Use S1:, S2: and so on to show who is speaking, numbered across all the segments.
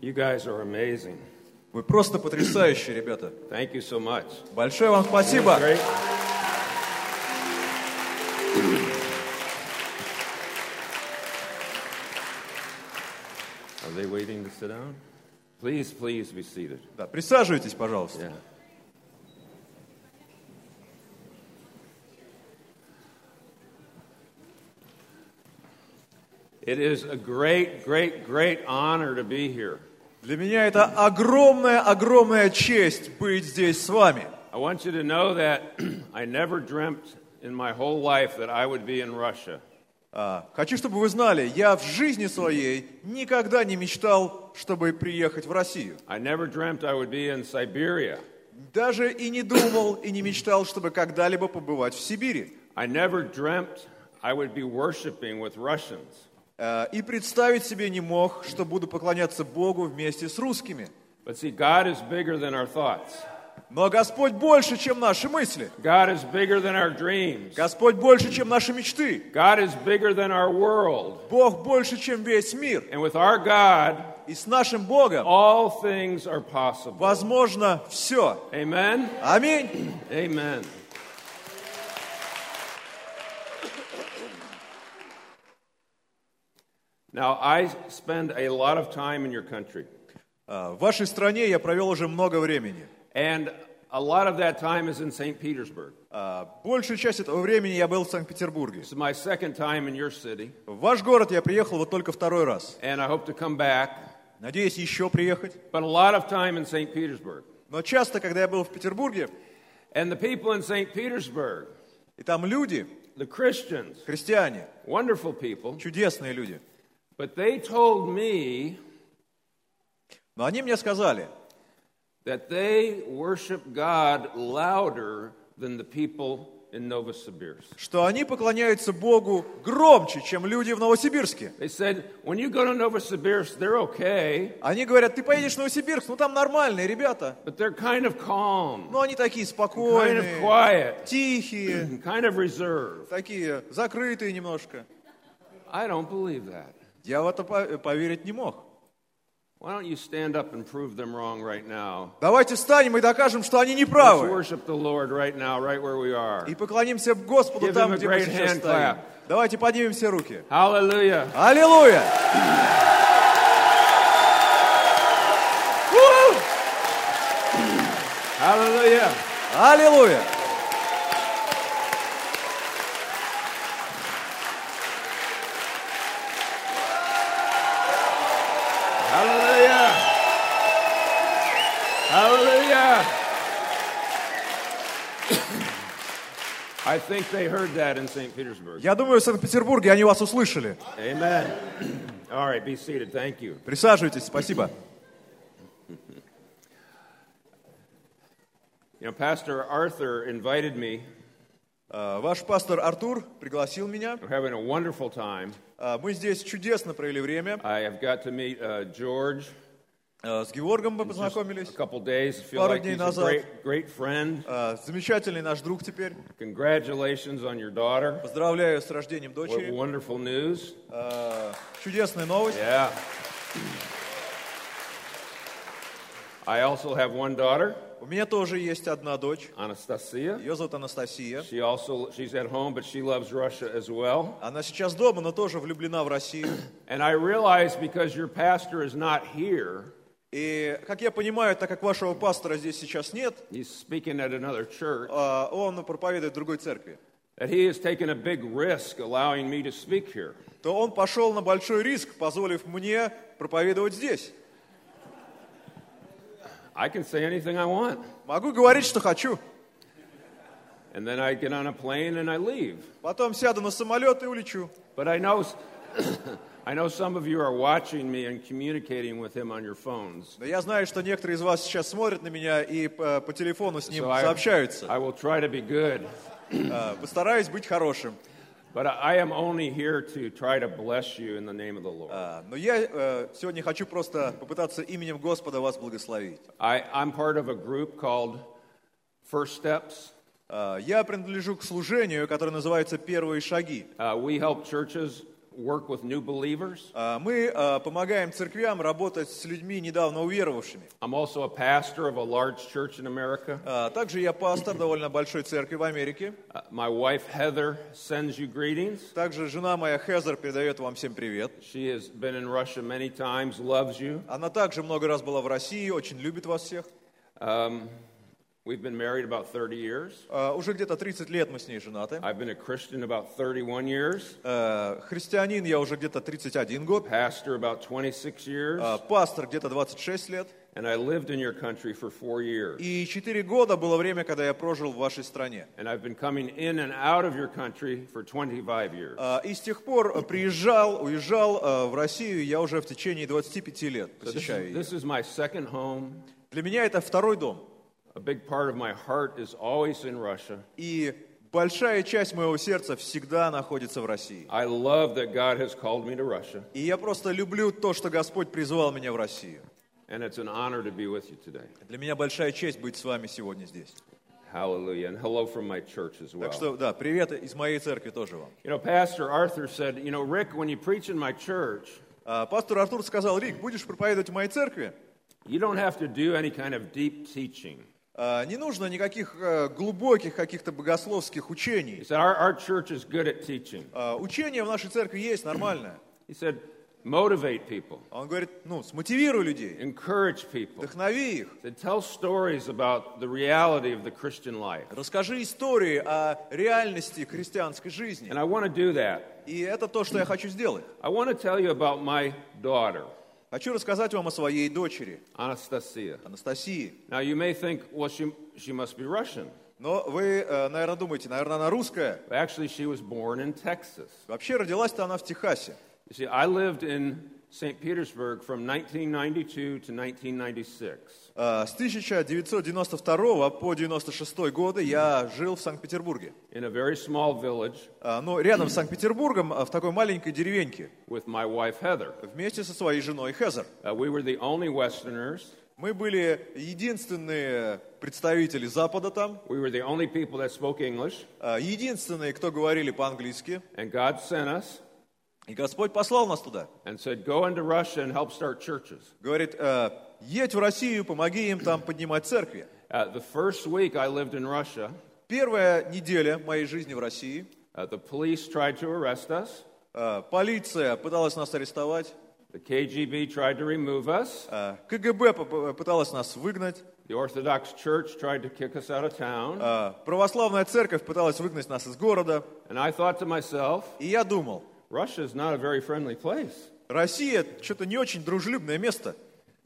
S1: You guys are amazing.
S2: Вы просто потрясающие, ребята.
S1: Thank you so much.
S2: Большое вам спасибо.
S1: Great. Are they waiting to sit down? Please, please be seated.
S2: Да, присаживайтесь, пожалуйста.
S1: Yeah. It is a great, great, great honor to be here.
S2: Для меня это огромная-огромная честь быть здесь с вами.
S1: I want you to know that I never dreamt in my whole life that I would be in Russia.
S2: А, Хочу, чтобы вы знали, я в жизни своей никогда не мечтал, чтобы приехать в Россию.
S1: I never dreamt I would be in Siberia.
S2: Даже и не думал, и не мечтал, чтобы когда-либо побывать в Сибири.
S1: I never dreamt I would be worshiping with Russians.
S2: Э, И представить себе не мог, что буду поклоняться Богу вместе с русскими.
S1: But see, God is bigger than our thoughts.
S2: Но Господь больше, чем наши мысли.
S1: God is bigger than our dreams.
S2: Господь больше, чем наши мечты.
S1: God is bigger than our world.
S2: Бог больше, чем весь мир.
S1: And with our God,
S2: И с нашим Богом
S1: all things are possible.
S2: возможно все.
S1: Amen?
S2: Аминь.
S1: Amen. Now, I spend a lot of time in your country,
S2: А, В вашей стране я провел уже много времени.
S1: and a lot of that time is in St. Petersburg.
S2: А, Большую часть этого времени я был в Санкт-Петербурге.
S1: This is my second time in your city,
S2: В ваш город я приехал вот только второй раз.
S1: and I hope to come back,
S2: Надеюсь еще приехать.
S1: but a lot of time in St. Petersburg.
S2: Но часто, когда я был в Петербурге,
S1: And the people in St. Petersburg,
S2: и там люди,
S1: the Christians,
S2: христиане,
S1: wonderful people,
S2: чудесные люди,
S1: but they told me
S2: но они мне сказали,
S1: that they worship God louder than the people in Novosibirsk.
S2: что они поклоняются Богу громче, чем люди в Новосибирске.
S1: They said, when you go to Novosibirsk, they're okay,
S2: Они говорят, ты поедешь в Новосибирск, ну там нормальные ребята.
S1: but they're kind of calm,
S2: Но они такие
S1: kind of
S2: спокойные,
S1: quiet,
S2: тихие,
S1: and kind of reserved.
S2: такие закрытые немножко.
S1: I don't believe that.
S2: Я в это по- э, поверить не мог.
S1: Why don't you stand up and prove them wrong right now?
S2: Давайте встанем и докажем, что они
S1: Let's
S2: неправы.
S1: worship the Lord right now, right where we are.
S2: И поклонимся Господу
S1: Give him
S2: там,
S1: a
S2: где мы
S1: great
S2: сейчас
S1: hand
S2: стоим.
S1: clap.
S2: Давайте поднимем все руки.
S1: Hallelujah.
S2: Аллилуйя! Ух!
S1: Hallelujah.
S2: Аллилуйя!
S1: Hallelujah. Hallelujah. I think they heard that in St. Petersburg.
S2: Я думаю, в Санкт-Петербурге они вас услышали.
S1: Amen. All right, be seated. Thank you.
S2: Присаживайтесь, спасибо.
S1: You know, Pastor Arthur invited me.
S2: Э, Ваш пастор Артур пригласил меня.
S1: We're having a wonderful time.
S2: Э, Мы здесь чудесно провели время.
S1: I have got to meet uh, George
S2: Э, С Георгом мы
S1: just a
S2: познакомились.
S1: couple days. I feel
S2: Пару
S1: like
S2: дней
S1: he's a
S2: назад.
S1: great, great friend.
S2: Э, Замечательный наш друг теперь.
S1: Congratulations on your daughter.
S2: Поздравляю с рождением
S1: What
S2: дочери.
S1: wonderful news.
S2: Э, Чудесная новость.
S1: Yeah. I also have one daughter,
S2: У меня тоже есть одна дочь.
S1: Anastasia.
S2: Ее зовут Анастасия.
S1: She also she's at home, but she loves Russia as well.
S2: Она сейчас дома, но тоже влюблена в Россию.
S1: And I realize because your pastor is not here,
S2: И, как я понимаю, так как вашего пастора здесь сейчас нет,
S1: he's speaking at another church,
S2: а, он проповедует в другой церкви,
S1: that he has taken a big risk allowing me to speak here.
S2: то он пошел на большой риск, позволив мне проповедовать здесь.
S1: I can say anything I want,
S2: Могу говорить, что хочу.
S1: and then I get on a plane and I leave.
S2: Потом сяду на самолет и улечу.
S1: But I know I know some of you are watching me and communicating with him on your phones.
S2: Но я знаю, что некоторые из вас сейчас смотрят на меня и э, по, по телефону с ним
S1: So I-
S2: сообщаются.
S1: I will try to be good,
S2: А, Постараюсь быть хорошим.
S1: but I am only here to try to bless you in the name of the Lord.
S2: А, Но я э, сегодня хочу просто попытаться именем Господа вас благословить.
S1: I, I'm part of a group called First Steps.
S2: А, Я принадлежу к служению, которое называется «Первые шаги».
S1: Uh, we help churches work with new believers.
S2: А, Мы а, помогаем церквям работать с людьми, недавно уверовавшими.
S1: I'm also a pastor of a large church in America.
S2: А, Также я пастор довольно большой церкви в Америке.
S1: Uh, my wife Heather sends you greetings.
S2: Также жена моя Хезер передает вам всем привет.
S1: She has been in Russia many times, loves you.
S2: Она также много раз была в России, очень любит вас всех.
S1: Um, we've been married about 30 years.
S2: А, Уже где-то 30 лет мы с ней женаты.
S1: I've been a Christian about 31 years,
S2: Э, Христианин я уже где-то 31 год.
S1: pastor about 26 years,
S2: а, Пастор где-то 26 лет.
S1: and I lived in your country for four years.
S2: И 4 года было время, когда я прожил в вашей стране.
S1: And I've been coming in and out of your country for 25 years.
S2: А, И с тех пор э, приезжал, уезжал э, в Россию, я уже в течение 25 лет
S1: So this,
S2: посещаю
S1: is,
S2: ее.
S1: this is my second home.
S2: Для меня это второй дом.
S1: A big part of my heart is always in Russia.
S2: И большая часть моего сердца всегда находится в России.
S1: I love that God has called me to Russia,
S2: И я просто люблю то, что Господь призвал меня в Россию.
S1: and it's an honor to be with you today.
S2: Для меня большая честь быть с вами сегодня здесь.
S1: Hallelujah. And hello from my church as well.
S2: Так что, да, привет из моей церкви тоже вам.
S1: You know, Pastor Arthur said, You know, Rick, when you preach in my church,
S2: А, Пастор Артур сказал, Рик, будешь проповедовать в моей церкви?
S1: you don't have to do any kind of deep teaching.
S2: А, Не нужно никаких э, глубоких каких-то богословских
S1: He
S2: учений.
S1: said, Our, our church is good at teaching.
S2: А, Учение в нашей церкви есть нормальное.
S1: He said, Motivate people,
S2: А Он говорит, ну, смотивируй людей,
S1: encourage people.
S2: вдохнови их,
S1: He said, Tell stories about the reality of the Christian life.
S2: расскажи истории о реальности христианской жизни.
S1: And I want to do that.
S2: И это то, что я хочу сделать.
S1: I want to tell you about my daughter,
S2: Хочу рассказать вам о своей дочери,
S1: Anastasia.
S2: Анастасии.
S1: Now, you may think, Well, she, she must be Russian.
S2: Но вы, наверное, думаете, наверное, она русская.
S1: Actually, she was born in Texas.
S2: Вообще родилась-то она в Техасе.
S1: You see, I lived in St. Petersburg from 1992 to 1996.
S2: Э, С 1992 по 96 годы я жил в Санкт-Петербурге.
S1: in a very small village
S2: Э, Ну, рядом с Санкт-Петербургом, э, в такой маленькой деревеньке,
S1: with my wife Heather.
S2: вместе со своей женой Хезер.
S1: Uh, we were the only Westerners.
S2: Мы были единственные представители Запада там,
S1: We were the only people that spoke English,
S2: э, единственные, кто говорили по-английски.
S1: and God sent us
S2: И Господь послал нас туда.
S1: and said, "Go into Russia and help start churches."
S2: Говорит, э, едь в Россию, помоги им там поднимать церкви.
S1: Uh, the first week I lived in Russia,
S2: Первая неделя моей жизни в России.
S1: uh, the police tried to arrest us.
S2: э, Полиция пыталась нас арестовать.
S1: The KGB tried to remove us.
S2: э, КГБ поп- пыталась нас выгнать.
S1: The Orthodox Church tried to kick us out of town.
S2: Э, Православная церковь пыталась выгнать нас из города.
S1: And I thought to myself,
S2: И я думал,
S1: Russia is not a very friendly place.
S2: Россия что-то не очень дружелюбное место.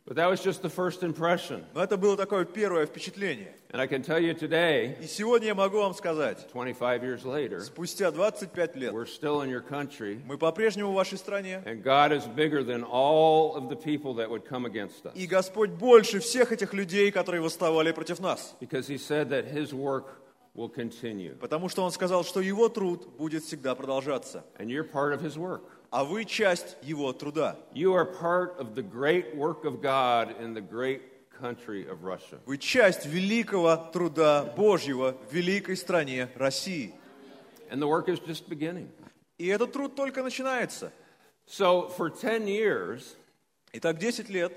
S1: But that was just the first impression.
S2: Но это было такое первое впечатление.
S1: And I can tell you today,
S2: И сегодня я могу вам сказать,
S1: 25 years later,
S2: спустя 25 лет,
S1: We're still in your country,
S2: мы по-прежнему в вашей стране.
S1: and God is bigger than all of the people that would come against us.
S2: И Господь больше всех этих людей, которые восставали против нас.
S1: Because He said that His work will continue,
S2: Потому что Он сказал, что Его труд будет всегда продолжаться.
S1: and you're part of His work.
S2: А вы часть Его труда.
S1: You are part of the great work of God in the great country of Russia.
S2: Вы часть великого труда Божьего в великой стране России.
S1: And the work is just beginning.
S2: И этот труд только начинается.
S1: So, for 10 years,
S2: Итак, 10 лет,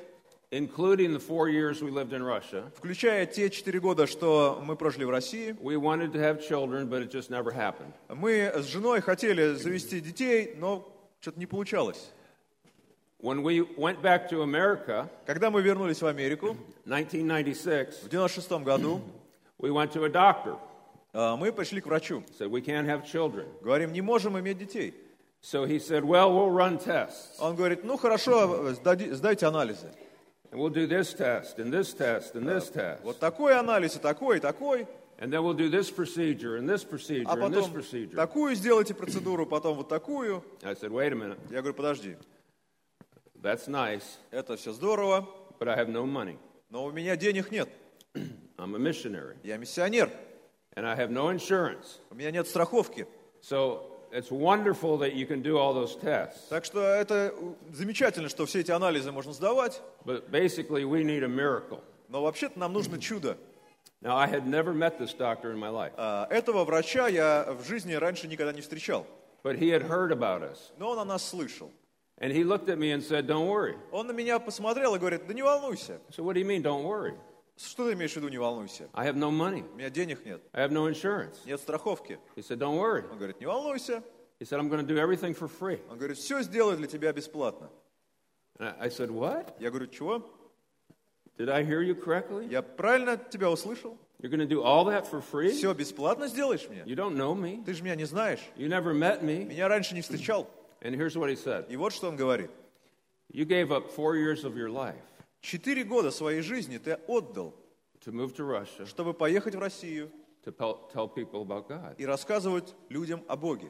S1: including the four years we lived in Russia,
S2: включая те 4 года, что мы прожили в России,
S1: we wanted to have children, but it just never happened.
S2: мы с женой хотели завести детей, но что-то не получалось.
S1: When we went back to America,
S2: Когда мы вернулись в Америку в
S1: 1996,
S2: 96 году,
S1: we went to a doctor.
S2: э, мы пришли к врачу.
S1: Said, We can't have children.
S2: Говорим, не можем иметь детей.
S1: So he said, Well, we'll run tests.
S2: Он говорит, ну хорошо, э, сдади- сдайте анализы.
S1: And we'll do this test, and this test, and this test.
S2: Вот такой анализ, и такой, и такой.
S1: And then we'll do this procedure, and this procedure,
S2: А
S1: and this
S2: потом
S1: procedure.
S2: такую сделайте процедуру, потом вот такую.
S1: And I said, Wait a minute.
S2: Я говорю, подожди,
S1: That's nice,
S2: это все здорово,
S1: but I have no money.
S2: но у меня денег нет.
S1: I'm a missionary,
S2: Я миссионер,
S1: and I have no insurance.
S2: у меня нет страховки.
S1: So it's wonderful that you can do all those tests.
S2: Так что это у, замечательно, что все эти анализы можно сдавать,
S1: But basically, we need a miracle.
S2: но вообще-то нам нужно чудо.
S1: Now, I had never met this doctor in my life.
S2: А, Этого врача я в жизни раньше никогда не встречал.
S1: But he had heard about us.
S2: но он о нас слышал.
S1: And he looked at me and said, Don't worry.
S2: Он на меня посмотрел и говорит, да не волнуйся.
S1: I said, What do you mean, don't worry?
S2: Что ты имеешь в виду, не волнуйся?
S1: I have no money.
S2: У меня денег нет,
S1: I have no insurance.
S2: нет страховки.
S1: He said, Don't worry.
S2: Он говорит, не волнуйся.
S1: He said, I'm going to do everything for free.
S2: Он говорит, все сделаю для тебя бесплатно.
S1: And I- I said, What?
S2: Я говорю, чего?
S1: Did I hear you correctly?
S2: Я правильно тебя услышал?
S1: You're going to do all that for free?
S2: Все бесплатно сделаешь мне?
S1: You don't know me.
S2: Ты же меня не знаешь.
S1: You never met me.
S2: Меня раньше не встречал.
S1: And here's what he said
S2: И вот что он говорит.
S1: You gave up four years of your life
S2: Четыре года своей жизни ты отдал,
S1: to move to Russia
S2: чтобы поехать в Россию
S1: to pel- tell people about God.
S2: и рассказывать людям о Боге.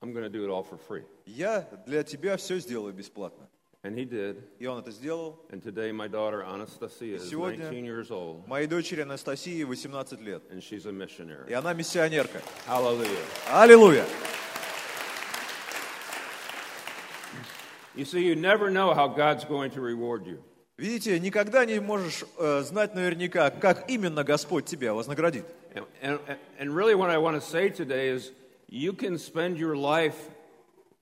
S1: I'm going to do it all for free.
S2: Я для тебя все сделаю бесплатно.
S1: And he did.
S2: И он это сделал.
S1: And today, my daughter Anastasia is
S2: Сегодня-
S1: 19 years old,
S2: Моей дочери Анастасии 18 лет.
S1: and she's a
S2: И
S1: missionary.
S2: она миссионерка.
S1: Hallelujah.
S2: Аллилуйя!
S1: You see, you never know how God's going to reward you.
S2: Видите, никогда не можешь э, знать наверняка, как именно Господь тебя вознаградит.
S1: And, and, and really, what I want to say today is you can spend your life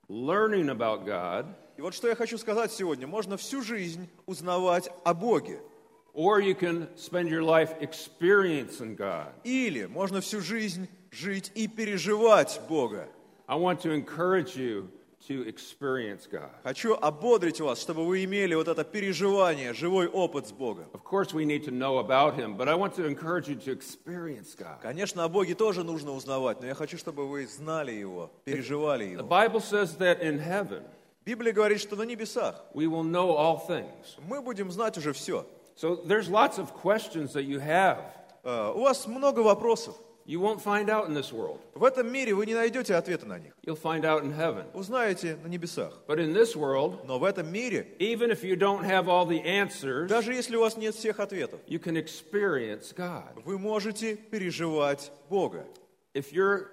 S1: learning about God,
S2: И вот что я хочу сказать сегодня. Можно всю жизнь узнавать о Боге.
S1: or you can spend your life experiencing God.
S2: Или можно всю жизнь жить и переживать Бога.
S1: I want to encourage you to experience God.
S2: Хочу ободрить вас, чтобы вы имели вот это переживание, живой опыт с Богом.
S1: Of course, we need to know about Him, but I want to encourage you to experience God.
S2: Конечно, о Боге тоже нужно узнавать, но я хочу, чтобы вы знали Его, переживали
S1: The
S2: Его.
S1: Bible says that in heaven,
S2: Библия говорит, что на небесах
S1: we will know all things.
S2: мы будем знать уже все.
S1: So there's lots of questions that you have.
S2: Э, У вас много вопросов.
S1: You won't find out in this world.
S2: В этом мире вы не найдете ответа на них.
S1: You'll find out in heaven.
S2: Узнаете на небесах.
S1: But in this world,
S2: Но в этом мире,
S1: even if you don't have all the answers,
S2: даже если у вас нет всех ответов,
S1: you can experience God.
S2: вы можете переживать Бога.
S1: If you're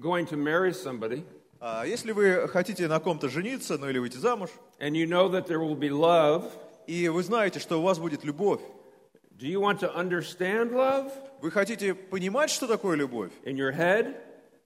S1: going to marry somebody
S2: А если вы хотите на ком-то жениться, ну или выйти замуж,
S1: and you know that there will be love,
S2: и вы знаете, что у вас будет любовь,
S1: do you want to understand love
S2: вы хотите понимать, что такое любовь
S1: in your head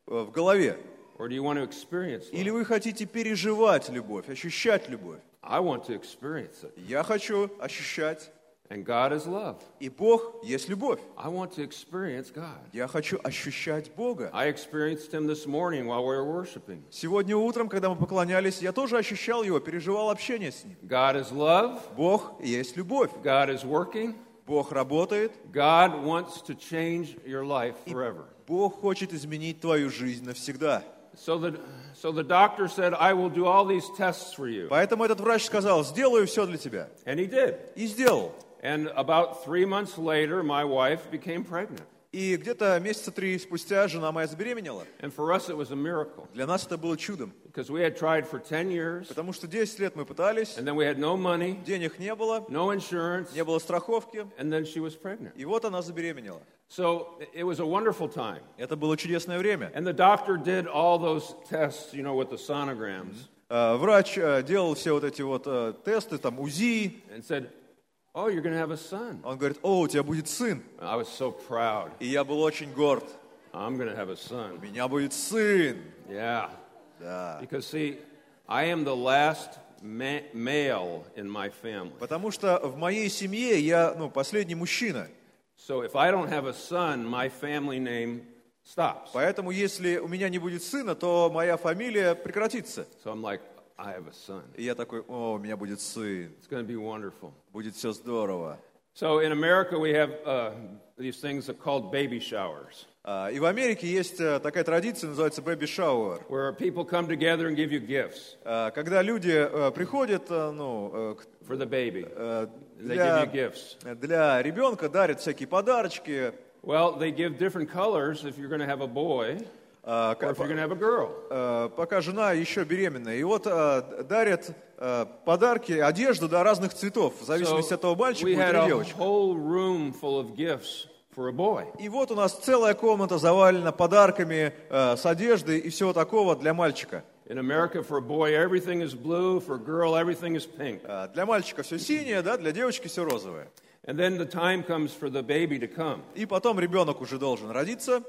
S2: э, в голове,
S1: or do you want to experience
S2: или
S1: love?
S2: вы хотите переживать любовь, ощущать любовь.
S1: I want to experience it.
S2: Я хочу ощущать,
S1: And God is love.
S2: и Бог есть любовь.
S1: I want to experience God.
S2: Я хочу ощущать Бога.
S1: I experienced him this morning while we were worshiping.
S2: Сегодня утром, когда мы поклонялись, я тоже ощущал Его, переживал общение с Ним.
S1: God is love.
S2: Бог есть любовь.
S1: God is working.
S2: Бог работает.
S1: God wants to change your life forever.
S2: Бог хочет изменить твою жизнь навсегда.
S1: So the, so the doctor said, I will do all these tests for you.
S2: Поэтому этот врач сказал, сделаю все для тебя.
S1: And he did.
S2: И сделал.
S1: And about three months later, my wife became pregnant.
S2: И где-то месяца три спустя жена моя забеременела.
S1: And for us, it was a miracle
S2: Для нас это было чудом,
S1: because we had tried for 10 years,
S2: потому что 10 лет мы пытались,
S1: and then we had no money,
S2: денег не было,
S1: no insurance,
S2: не было страховки,
S1: and then she was pregnant.
S2: и вот она забеременела.
S1: So it was a wonderful time.
S2: Это было чудесное время.
S1: And the doctor did all those tests, you know, with the sonograms
S2: Э, Врач э, делал все вот эти вот э, тесты, там УЗИ.
S1: and said, Oh, you're going to have a son.
S2: Он говорит, о, у тебя будет сын.
S1: I was so proud.
S2: И я был очень горд.
S1: I'm going to have a
S2: У
S1: son.
S2: меня будет сын.
S1: Yeah.
S2: Да.
S1: Because, see, I am the last ma- male in my family.
S2: Потому что в моей семье я, ну, последний мужчина.
S1: So if I don't have a son, my family name stops.
S2: Поэтому если у меня не будет сына, то моя фамилия прекратится.
S1: So I'm like, I have a son.
S2: И я такой, о, у меня будет сын,
S1: It's going to be wonderful.
S2: будет все здорово.
S1: So in America, we have uh, these things that are called baby showers,
S2: А, И в Америке есть э, такая традиция, называется baby shower,
S1: where people come together and give you gifts
S2: А, когда люди э, приходят, э, ну, э, к-
S1: for the baby.
S2: э,
S1: And they give you
S2: для,
S1: gifts.
S2: для ребенка дарят всякие подарочки.
S1: Well, they give different colors if you're going to have a boy
S2: А,
S1: or
S2: к-
S1: if you're going to have a girl.
S2: э, Пока жена еще беременная. И вот э, дарят э, подарки, одежду до разных цветов, в зависимости от того, мальчик
S1: we
S2: будет
S1: had
S2: или
S1: a
S2: девочка.
S1: whole room full of gifts for a boy.
S2: И вот у нас целая комната завалена подарками э, с одеждой и всего такого для мальчика.
S1: In America, for a boy, everything is blue. For a girl, everything is pink.
S2: Э, Для мальчика все синее, да, для девочки все розовое.
S1: And then the time comes for the baby to come.
S2: И потом ребенок уже должен родиться.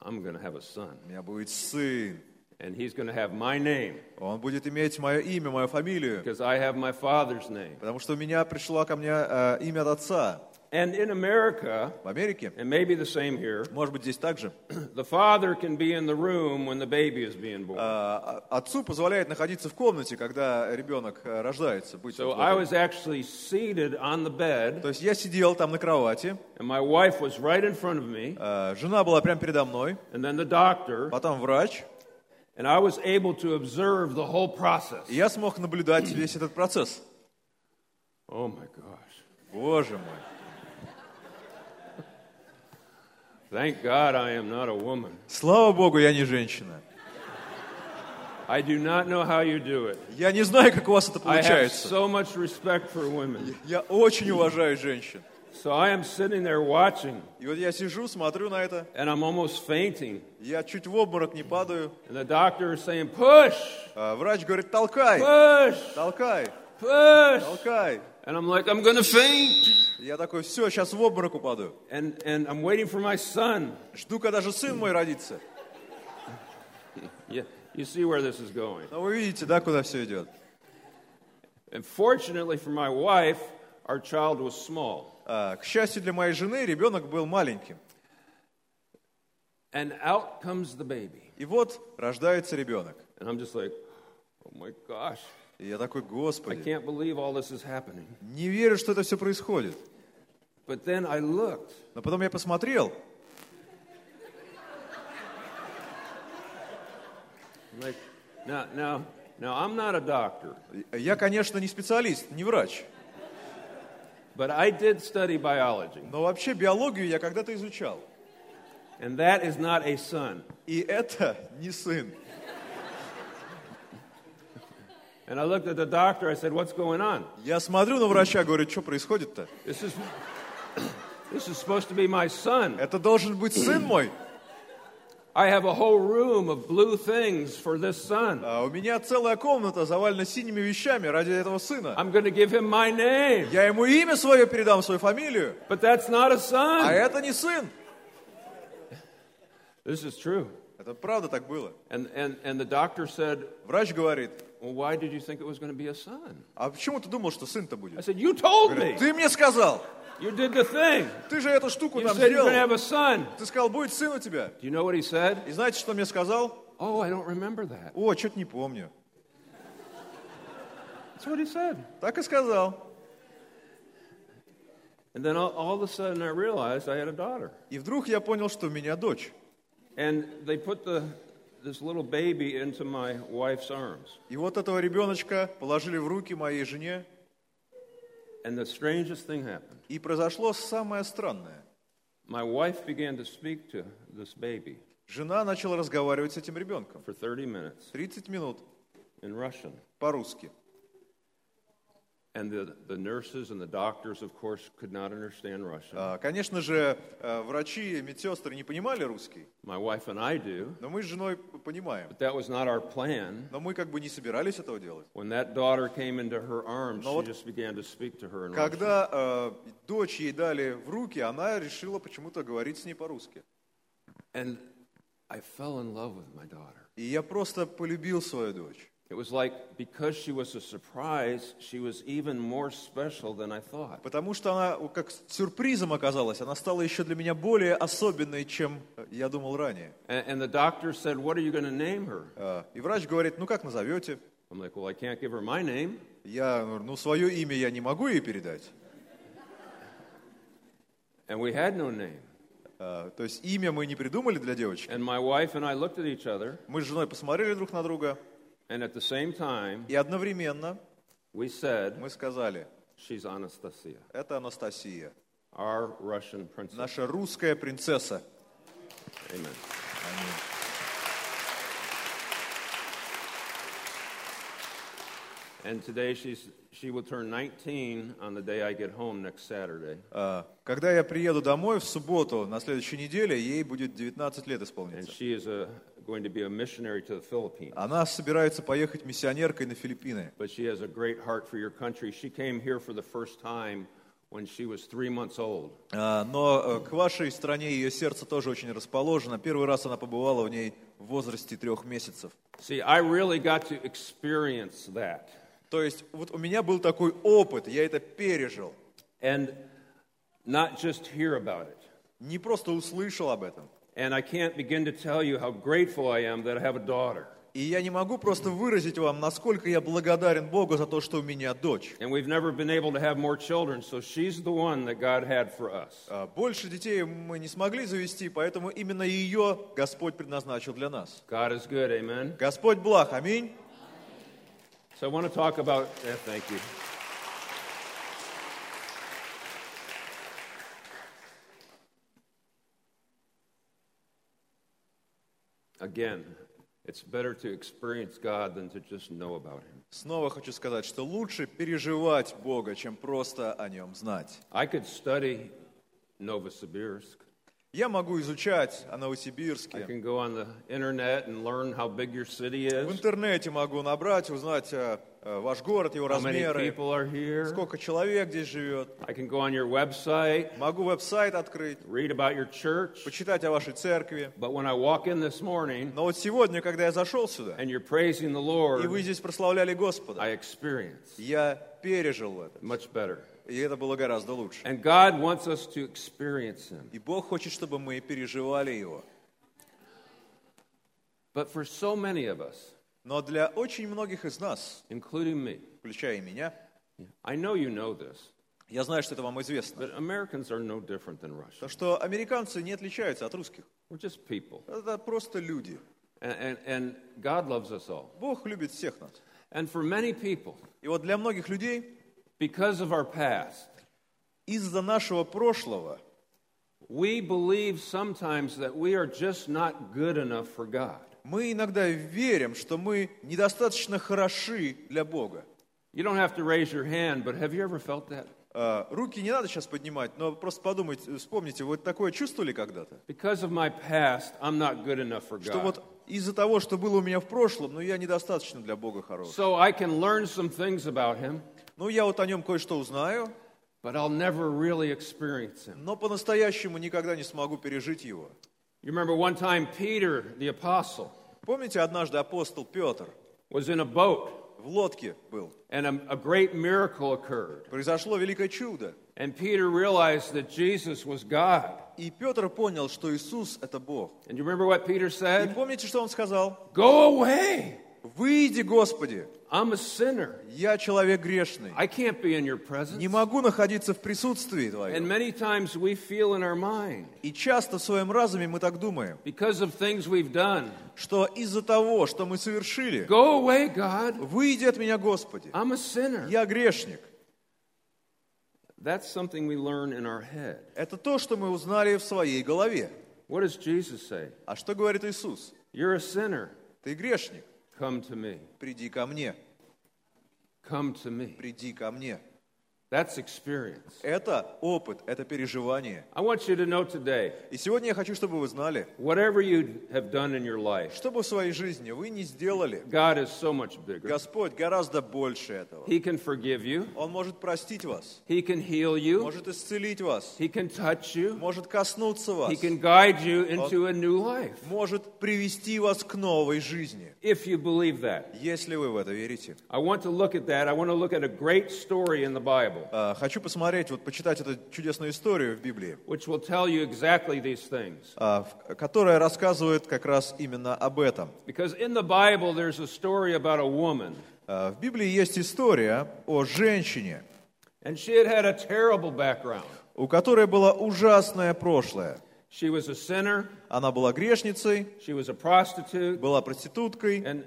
S1: I'm going to have a son.
S2: У меня будет сын.
S1: and he's going to have my name
S2: Он будет иметь мое имя, мою фамилию,
S1: because I have my father's name.
S2: потому что у меня пришло ко мне э, имя от отца.
S1: And in America,
S2: В Америке,
S1: and maybe the same here,
S2: может быть, здесь также,
S1: the father can be in the room when the baby is being born.
S2: Э, а отцу позволяет находиться в комнате, когда ребенок э, рождается. Быть
S1: So
S2: вот в
S1: I
S2: этой.
S1: was actually seated on the bed,
S2: То есть я сидел там на кровати,
S1: and my wife was right in front of me,
S2: э, жена была прямо передо мной,
S1: and then the doctor,
S2: потом врач,
S1: and I was able to observe the whole process.
S2: и я смог наблюдать весь этот процесс.
S1: Oh my gosh.
S2: Боже мой.
S1: Thank God I am not a woman.
S2: Слава богу, я не женщина.
S1: I do not know how you do it.
S2: Я не знаю, как у вас это
S1: I have
S2: получается.
S1: so much respect for women.
S2: Я очень уважаю женщин.
S1: So I am sitting there watching,
S2: И вот я сижу, смотрю на это,
S1: and I'm almost fainting.
S2: я чуть в обморок не падаю.
S1: And the doctor is saying, Push,
S2: А врач говорит, толкай,
S1: push,
S2: толкай,
S1: push.
S2: толкай.
S1: And I'm like, I'm going to faint.
S2: Я такой, все, сейчас в обморок упаду.
S1: And, and I'm waiting for my son.
S2: Жду, когда же сын мой родится.
S1: You, you see where this is going.
S2: Но вы видите, да, куда все идет.
S1: And fortunately for my wife, our child was small.
S2: А, к счастью для моей жены, ребенок был маленьким.
S1: And out comes the baby.
S2: И вот рождается ребенок.
S1: And I'm just like, oh my gosh,
S2: И я такой,
S1: I
S2: господи,
S1: can't believe all this is happening.
S2: не верю, что это все происходит.
S1: But then I looked,
S2: Но потом я посмотрел,
S1: I'm like, now, now, now I'm not a doctor,
S2: я, конечно, не специалист, не врач.
S1: but I did study biology,
S2: Но вообще биологию я когда-то изучал.
S1: and that is not a son.
S2: И это не сын.
S1: And I looked at the doctor, I said, what's going on?
S2: Я смотрю на врача, говорю, что происходит-то?
S1: This is, this is supposed to be my son.
S2: Это должен быть сын мой.
S1: I have a whole room of blue things for this son.
S2: А у меня целая комната завалена синими вещами ради этого сына.
S1: I'm going to give him my name.
S2: Я ему имя свое передам, свою фамилию.
S1: But that's not a
S2: А
S1: son.
S2: это не сын.
S1: This is true.
S2: Это правда так было.
S1: And, and, and the doctor said,
S2: Врач говорит,
S1: Well, why did you think it was going to be a son?
S2: а почему ты думал, что сын-то
S1: I
S2: будет?
S1: said, You told me.
S2: Говорит, ты мне сказал.
S1: You did the thing.
S2: Ты же эту штуку
S1: You
S2: там
S1: said you're going to
S2: сделал.
S1: have a son.
S2: Ты сказал, будет сын у тебя.
S1: Do you know what he said?
S2: И знаете, что мне сказал?
S1: Oh, I don't remember that.
S2: О, что-то не помню.
S1: That's what he said.
S2: Так и сказал.
S1: And then all, all of a sudden I realized I had a daughter.
S2: И вдруг я понял, что у меня дочь.
S1: And they put the, this little baby into my wife's arms.
S2: И вот этого ребеночка положили в руки моей жене.
S1: And the strangest thing happened.
S2: И произошло самое странное.
S1: My wife began to speak to this baby
S2: Жена начала разговаривать с этим ребенком.
S1: for 30 minutes
S2: 30 минут
S1: in Russian.
S2: по-русски.
S1: And the, the nurses and the doctors, of course, could not understand Russian.
S2: А, Конечно же, э, врачи и медсестры не понимали русский,
S1: My wife and I do,
S2: но мы с женой понимаем.
S1: but that was not our plan.
S2: Но мы как бы не собирались этого делать.
S1: When that daughter came into her arms,
S2: No,
S1: she
S2: what-
S1: just began to speak to her in Russian.
S2: Когда э, дочь ей дали в руки, она решила почему-то говорить с ней по-русски.
S1: And I fell in love with my daughter.
S2: И я просто полюбил свою дочь.
S1: It was like because she was a surprise, she was even more special than I thought.
S2: Потому что она о, как с- сюрпризом оказалась, она стала еще для меня более особенной, чем э, я думал ранее.
S1: And, and the doctor said, What are you going to name her?
S2: Э, И врач говорит, ну как назовете?
S1: I'm like, Well, I can't give her my name.
S2: Я говорю, ну свое имя я не могу ей передать.
S1: And we had no name.
S2: Э, То есть имя мы не придумали для девочки.
S1: And my wife and I looked at each other,
S2: Мы с женой посмотрели друг на друга,
S1: and at the same time,
S2: и одновременно
S1: we said,
S2: мы сказали,
S1: She's Anastasia,
S2: это Анастасия,
S1: our Russian princess.
S2: наша русская принцесса.
S1: Amen. And today she's, she will turn 19 on the day I get home next Saturday.
S2: Э, Когда я приеду домой в субботу на следующей неделе, ей будет 19 лет
S1: And
S2: исполниться.
S1: she is a, going to be a missionary to the Philippines.
S2: Она собирается поехать миссионеркой на Филиппины.
S1: But she has a great heart for your country. She came here for the first time when she was three months old.
S2: А, Э, Но э, к вашей стране ее сердце тоже очень расположено. Первый раз она побывала в ней в возрасте трех месяцев.
S1: See, I really got to experience that.
S2: То есть вот у меня был такой опыт, я это пережил.
S1: and not just hear about it.
S2: Не просто услышал об этом.
S1: And I can't begin to tell you how grateful I am that I have a daughter.
S2: И я не могу просто выразить вам, насколько я благодарен Богу за то, что у меня дочь.
S1: And we've never been able to have more children, so she's the one that God had for us.
S2: А, Больше детей мы не смогли завести, поэтому именно ее Господь предназначил для нас.
S1: God is good, amen.
S2: Господь благ, аминь.
S1: So I want to talk about, yeah, thank you. Again, it's better to experience God than to just know about Him.
S2: Снова хочу сказать, что лучше переживать Бога, чем просто о нем знать.
S1: I could study Novosibirsk.
S2: Я могу изучать о
S1: You
S2: Новосибирске.
S1: can go on the internet and learn how big your city
S2: В
S1: is,
S2: интернете могу набрать, узнать э, э, ваш город, его
S1: how many
S2: размеры,
S1: people are here.
S2: сколько человек здесь живет.
S1: I can go on your website,
S2: Могу веб-сайт открыть,
S1: read about your church.
S2: почитать о вашей церкви.
S1: But when I walk in this morning
S2: Но вот сегодня, когда я зашел сюда,
S1: and you're praising the
S2: и вы
S1: Lord,
S2: здесь прославляли Господа,
S1: I experience
S2: я пережил это.
S1: much better.
S2: И это было гораздо лучше.
S1: And God wants us to experience Him.
S2: И Бог хочет, чтобы мы переживали его.
S1: But for so many of us,
S2: Но для очень многих из нас,
S1: including me,
S2: включая и меня,
S1: I know you know this,
S2: я знаю, что это вам известно,
S1: but Americans are no different than
S2: то,
S1: Russians.
S2: что американцы не отличаются от русских.
S1: We're just people.
S2: Это просто люди.
S1: And, and, and God loves us all.
S2: Бог любит всех нас.
S1: And for many people,
S2: И вот для многих людей
S1: because of our past,
S2: из-за нашего прошлого
S1: We believe sometimes that we are just not good enough for God.
S2: мы иногда верим, что мы недостаточно хороши для Бога.
S1: You don't have to raise your hand, but have you ever felt that?
S2: А, Руки не надо сейчас поднимать, но просто подумайте, вспомните, вы такое чувствовали когда-то?
S1: Because of my past, I'm not good enough for
S2: Что
S1: God.
S2: вот из-за того, что было у меня в прошлом, ну я недостаточно для Бога хорош.
S1: So I can learn some things about Him,
S2: Ну я вот о нем кое-что узнаю,
S1: but I'll never really experience Him.
S2: но по-настоящему никогда не смогу пережить его.
S1: You remember one time Peter, the apostle,
S2: Помните, однажды апостол Петр
S1: was in a boat
S2: в лодке был.
S1: and a, a great miracle occurred.
S2: Произошло великое чудо.
S1: And Peter realized that Jesus was God.
S2: И Петр понял, что Иисус – это Бог.
S1: And you remember what Peter
S2: И
S1: said?
S2: помните, что он сказал?
S1: Go away!
S2: «Выйди, Господи,
S1: I'm a sinner.
S2: я человек грешный,
S1: I can't be in your presence.
S2: не могу находиться в присутствии
S1: And
S2: Твоем».
S1: many times we feel in our mind,
S2: И часто в своем разуме мы так думаем,
S1: because of things we've done,
S2: что из-за того, что мы совершили,
S1: go away, God,
S2: «Выйди от меня, Господи,
S1: I'm a sinner.
S2: я грешник».
S1: That's something we learn in our head.
S2: Это то, что мы узнали в своей голове.
S1: What does Jesus say?
S2: А что говорит Иисус?
S1: You're a sinner.
S2: «Ты грешник,
S1: Come to me.
S2: приди ко мне,
S1: Come to me.
S2: приди ко мне».
S1: That's experience.
S2: Это опыт, это переживание.
S1: I want you to know today
S2: И сегодня я хочу, чтобы вы знали,
S1: whatever you have done in your life,
S2: что бы в своей жизни вы не сделали,
S1: God is so much bigger.
S2: Господь гораздо больше этого.
S1: He can forgive you,
S2: Он может простить вас,
S1: He can heal you,
S2: может исцелить вас,
S1: He can touch you,
S2: может коснуться
S1: He
S2: вас,
S1: can guide you into a new life.
S2: может привести вас к новой жизни,
S1: If you believe that.
S2: если вы в это верите.
S1: I want to look at that. I want to look at a great story in the Bible,
S2: А, Хочу посмотреть, вот почитать эту чудесную историю в Библии,
S1: which will tell you exactly these things.
S2: а, в- которая рассказывает как раз именно об этом.
S1: Because in the Bible, there's a story about a woman,
S2: А, В Библии есть история о женщине,
S1: and she had had a terrible background.
S2: у которой было ужасное прошлое.
S1: She was a sinner,
S2: Она была грешницей,
S1: she was a prostitute,
S2: была проституткой,
S1: and,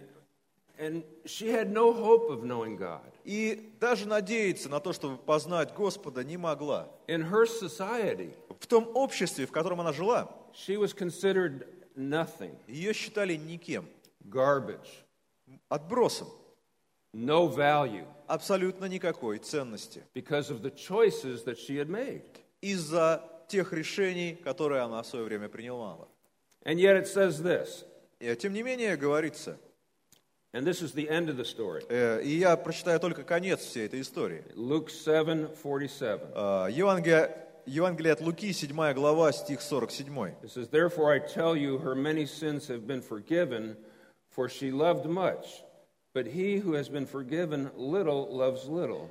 S1: and she had no hope of knowing God.
S2: и даже надеяться на то, чтобы познать Господа, не могла.
S1: In her society,
S2: В том обществе, в котором она жила,
S1: she was considered nothing,
S2: ее считали никем,
S1: garbage,
S2: отбросом,
S1: no value
S2: абсолютно никакой ценности
S1: because of the choices that she had made.
S2: из-за тех решений, которые она в свое время принимала.
S1: And yet it says this,
S2: И, э, тем не менее, говорится,
S1: and this is the end of the story.
S2: э, и я прочитаю только конец всей этой истории.
S1: Luke 7 47.
S2: Э, Евангелие Евангелие от Луки, 7 глава, стих 47.
S1: It says, Therefore I tell you, her many sins have been forgiven, for she loved much. But he who has been forgiven little loves little.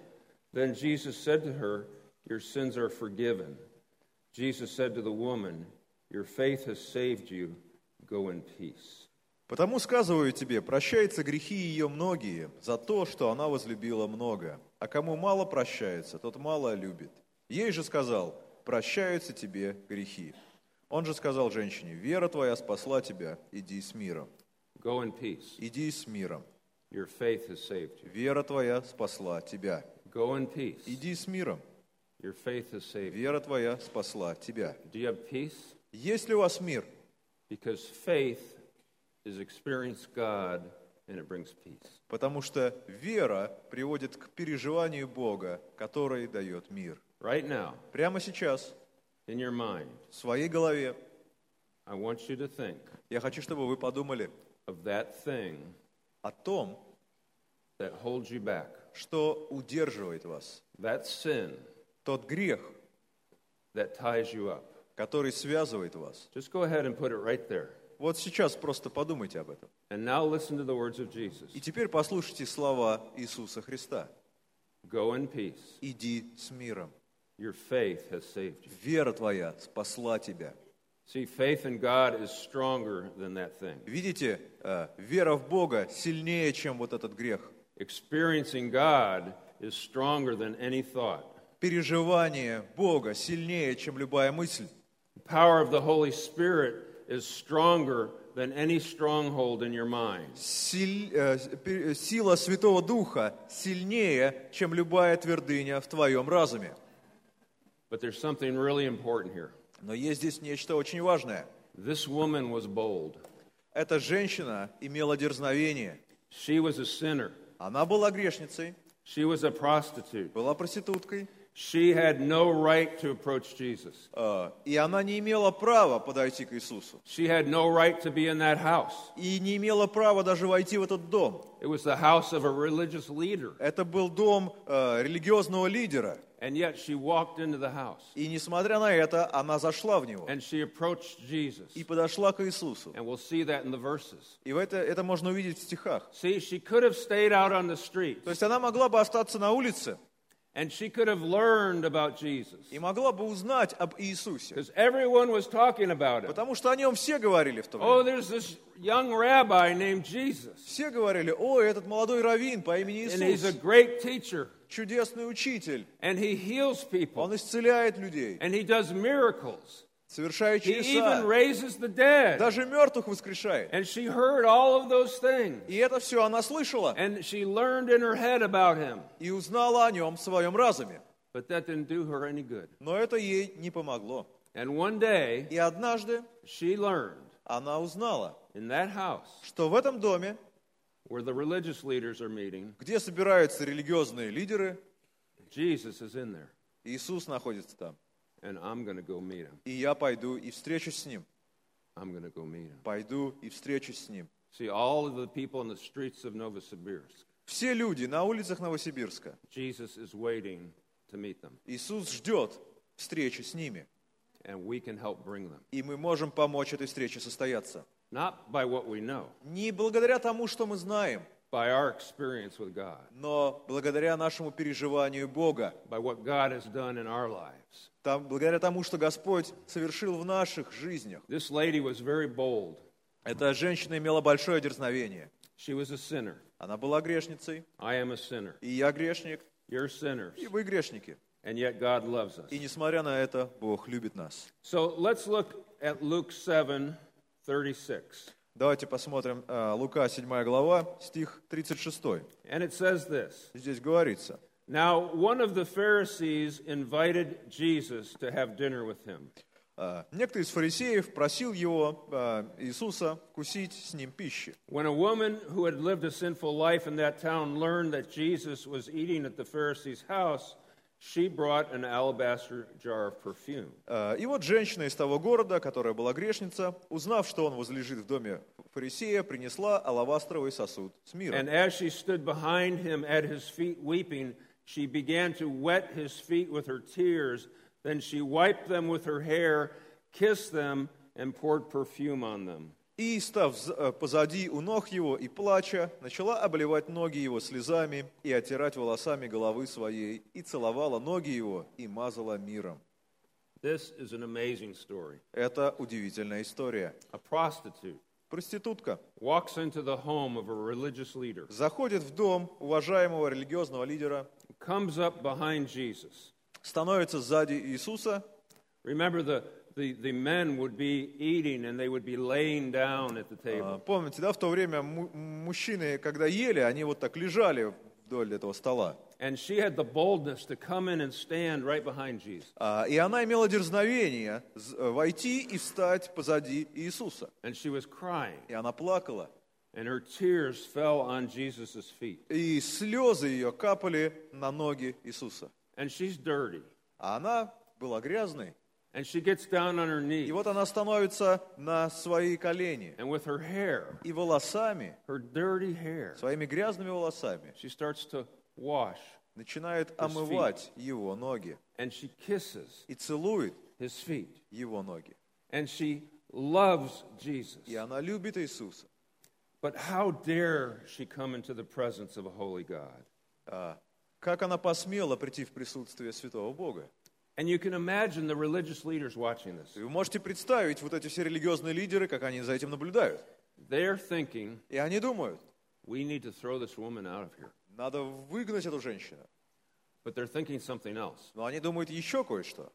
S1: Then Jesus said to her, Your sins are forgiven. Jesus said to the woman, Your faith has saved you. Go in peace.
S2: «Потому сказываю тебе, прощаются грехи ее многие за то, что она возлюбила много. А кому мало прощается, тот мало любит. Ей же сказал, прощаются тебе грехи. Он же сказал женщине, вера твоя спасла тебя, иди с миром.
S1: Go in peace.
S2: Иди с миром.
S1: Your faith has saved you.
S2: Вера твоя спасла тебя.
S1: Go in peace.
S2: Иди с миром.
S1: Your faith has saved you.
S2: Вера твоя спасла тебя.
S1: Do you have peace?
S2: Есть ли у вас мир?
S1: Because faith is experience God and it brings peace.
S2: Потому что вера приводит к переживанию Бога, который дает мир.
S1: Right now,
S2: Прямо сейчас,
S1: in your mind,
S2: в своей голове,
S1: I want you to think
S2: я хочу, чтобы вы подумали
S1: of that thing
S2: о том,
S1: that holds you back,
S2: что удерживает вас.
S1: that sin
S2: Тот грех,
S1: that ties you up.
S2: который связывает вас.
S1: Just go ahead and put it right there.
S2: Вот сейчас просто подумайте об этом.
S1: And now listen to the words of Jesus
S2: И теперь послушайте слова Иисуса Христа.
S1: Go in peace.
S2: Иди с миром.
S1: Your faith has saved you.
S2: Вера твоя спасла тебя.
S1: See, faith in God is stronger than that thing.
S2: Видите, э, вера в Бога сильнее, чем вот этот грех.
S1: Experiencing God is stronger than any thought.
S2: Переживание Бога сильнее, чем любая мысль.
S1: The power of the Holy Spirit is stronger than any stronghold in your mind.
S2: Силь- э, с- пе- э, сила Святого Духа сильнее, чем любая твердыня в твоем разуме.
S1: But there's something really important here.
S2: Но есть здесь нечто очень важное.
S1: This woman was bold.
S2: Эта женщина имела дерзновение.
S1: She was a sinner.
S2: Она была грешницей,
S1: She was a prostitute.
S2: была проституткой,
S1: She had no right to approach Jesus.
S2: э, и она не имела права подойти к Иисусу.
S1: She had no right to be in that house.
S2: И не имела права даже войти в этот дом.
S1: It was the house of a religious leader.
S2: Это был дом э, религиозного лидера.
S1: And yet she walked into the house
S2: И несмотря на это, она зашла в него
S1: and she approached Jesus.
S2: и подошла к Иисусу.
S1: And we'll see that in the verses.
S2: И в это, это можно увидеть в стихах.
S1: See, she could have stayed out on the street
S2: То есть она могла бы остаться на улице
S1: and she could have learned about Jesus
S2: и могла бы узнать об Иисусе.
S1: because everyone was talking about it.
S2: Потому что о нем все говорили в то
S1: Oh,
S2: время.
S1: there's this young rabbi named Jesus,
S2: Все говорили, о, этот молодой раввин по имени
S1: and he's a
S2: Иисус,
S1: great teacher,
S2: чудесный учитель,
S1: and he heals people,
S2: он исцеляет людей,
S1: and he does miracles.
S2: совершает
S1: He even
S2: чудеса,
S1: raises the dead.
S2: даже мертвых воскрешает.
S1: And she heard all of those things.
S2: И это все она слышала
S1: And she learned in her head about him.
S2: и узнала о нем в своем разуме.
S1: But that didn't do her any good.
S2: Но это ей не помогло.
S1: And one day,
S2: И однажды
S1: she learned
S2: она узнала,
S1: in that house
S2: что в этом доме,
S1: where the religious leaders are meeting,
S2: где собираются религиозные лидеры,
S1: Jesus is in there.
S2: Иисус находится там.
S1: And I'm going to go meet him.
S2: И я пойду и встречусь с ним.
S1: I'm going to go meet him.
S2: Пойду и встречусь с ним.
S1: See, all of the people in the streets of Novosibirsk,
S2: Все люди на улицах Новосибирска.
S1: Jesus is waiting to meet them.
S2: Иисус ждет встречи с ними.
S1: And we can help bring them.
S2: И мы можем помочь этой встрече состояться.
S1: Not by what we know,
S2: Не благодаря тому, что мы знаем,
S1: by our experience with God,
S2: но благодаря нашему переживанию Бога.
S1: by what God has done in our lives.
S2: Там, благодаря тому, что Господь совершил в наших жизнях.
S1: This lady was very bold.
S2: Эта женщина имела большое дерзновение.
S1: She was a sinner.
S2: Она была грешницей,
S1: I am a sinner.
S2: и я грешник,
S1: You're sinners.
S2: и вы грешники.
S1: And yet God loves us.
S2: И несмотря на это, Бог любит нас.
S1: So let's look at Luke 7 36.
S2: Давайте посмотрим э, Лука 7 глава, стих 36.
S1: And it says this
S2: Здесь говорится.
S1: Now, one of the Pharisees invited Jesus to have dinner with him.
S2: э, Некто из фарисеев просил его, э, Иисуса, кусить с ним пищи.
S1: When a woman who had lived a sinful life in that town learned that Jesus was eating at the Pharisee's house, she brought an alabaster jar of perfume.
S2: Э, И вот женщина из того города, которая была грешница, узнав, что он возлежит в доме фарисея, принесла алавастровый сосуд с миром.
S1: And as she stood behind him at his feet weeping, She began to wet his feet with her tears. Then she wiped them with her hair, kissed them, and poured perfume on them.
S2: И, став з- э, позади у ног его и плача, начала обливать ноги его слезами и отирать волосами головы своей, и целовала ноги его и мазала миром.
S1: This is an amazing story.
S2: Это удивительная история.
S1: A prostitute
S2: Проститутка
S1: walks into the home of a religious leader,
S2: заходит в дом уважаемого религиозного лидера,
S1: comes up behind Jesus.
S2: становится сзади Иисуса.
S1: Remember, the, the, the men would be eating and they would be laying down at the table.
S2: А, Помните, да, в то время му- мужчины, когда ели, они вот так лежали вдоль этого стола.
S1: And she had the boldness to come in and stand right behind Jesus.
S2: А, И она имела дерзновение з- э, войти и встать позади Иисуса.
S1: And she was crying,
S2: И она плакала.
S1: and her tears fell on Jesus' feet.
S2: И слезы ее капали на ноги Иисуса.
S1: And she's dirty.
S2: А она была грязной.
S1: And she gets down on her
S2: И
S1: knees,
S2: вот она становится на свои колени.
S1: and with her hair,
S2: И волосами,
S1: her dirty hair,
S2: своими грязными волосами,
S1: she starts to wash,
S2: начинает омывать его ноги.
S1: and she kisses
S2: И целует
S1: his feet.
S2: его ноги.
S1: And she loves Jesus.
S2: И она любит Иисуса.
S1: But how dare she come into the presence of a holy God?
S2: А, Как она посмела прийти в присутствие святого Бога?
S1: And you can imagine the religious leaders watching this.
S2: И Вы можете представить вот эти все религиозные лидеры, как они за этим наблюдают.
S1: They're thinking,
S2: И они думают,
S1: we need to throw this woman out of here.
S2: надо выгнать эту женщину.
S1: But they're thinking something else.
S2: Но они думают еще кое-что.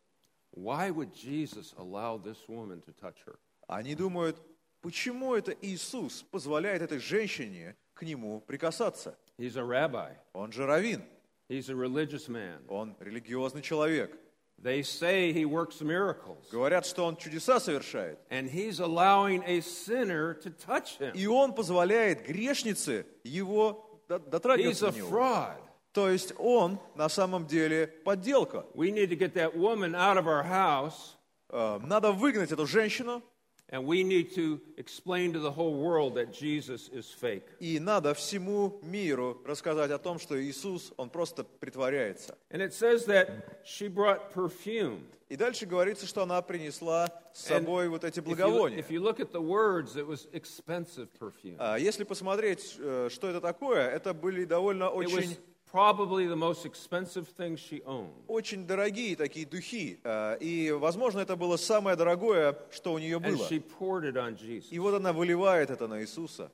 S1: Why would Jesus allow this woman to touch her?
S2: Они думают, почему это Иисус позволяет этой женщине к нему прикасаться?
S1: He's a rabbi,
S2: Он же раввин,
S1: he's a religious man.
S2: он религиозный человек.
S1: They say he works miracles,
S2: Говорят, что он чудеса совершает.
S1: and he's allowing a sinner to touch him.
S2: И он позволяет грешнице его до-
S1: He's
S2: дотрагиваться
S1: a
S2: до него.
S1: fraud.
S2: То есть он на самом деле подделка.
S1: We need to get that woman out of our house
S2: Э, Надо выгнать эту женщину,
S1: And we need to explain to the whole world that Jesus is fake.
S2: и надо всему миру рассказать о том, что Иисус, он просто притворяется.
S1: And it says that she brought perfume.
S2: И дальше говорится, что она принесла с
S1: And
S2: собой вот эти
S1: if you,
S2: благовония.
S1: if you look at the words, it was expensive perfume.
S2: А Если посмотреть, э, что это такое, это были довольно
S1: It was
S2: очень,
S1: probably the most expensive thing she owned.
S2: очень дорогие такие духи. Э, И, возможно, это было самое дорогое, что у нее
S1: And
S2: было.
S1: she poured it on Jesus,
S2: И вот она выливает это на Иисуса.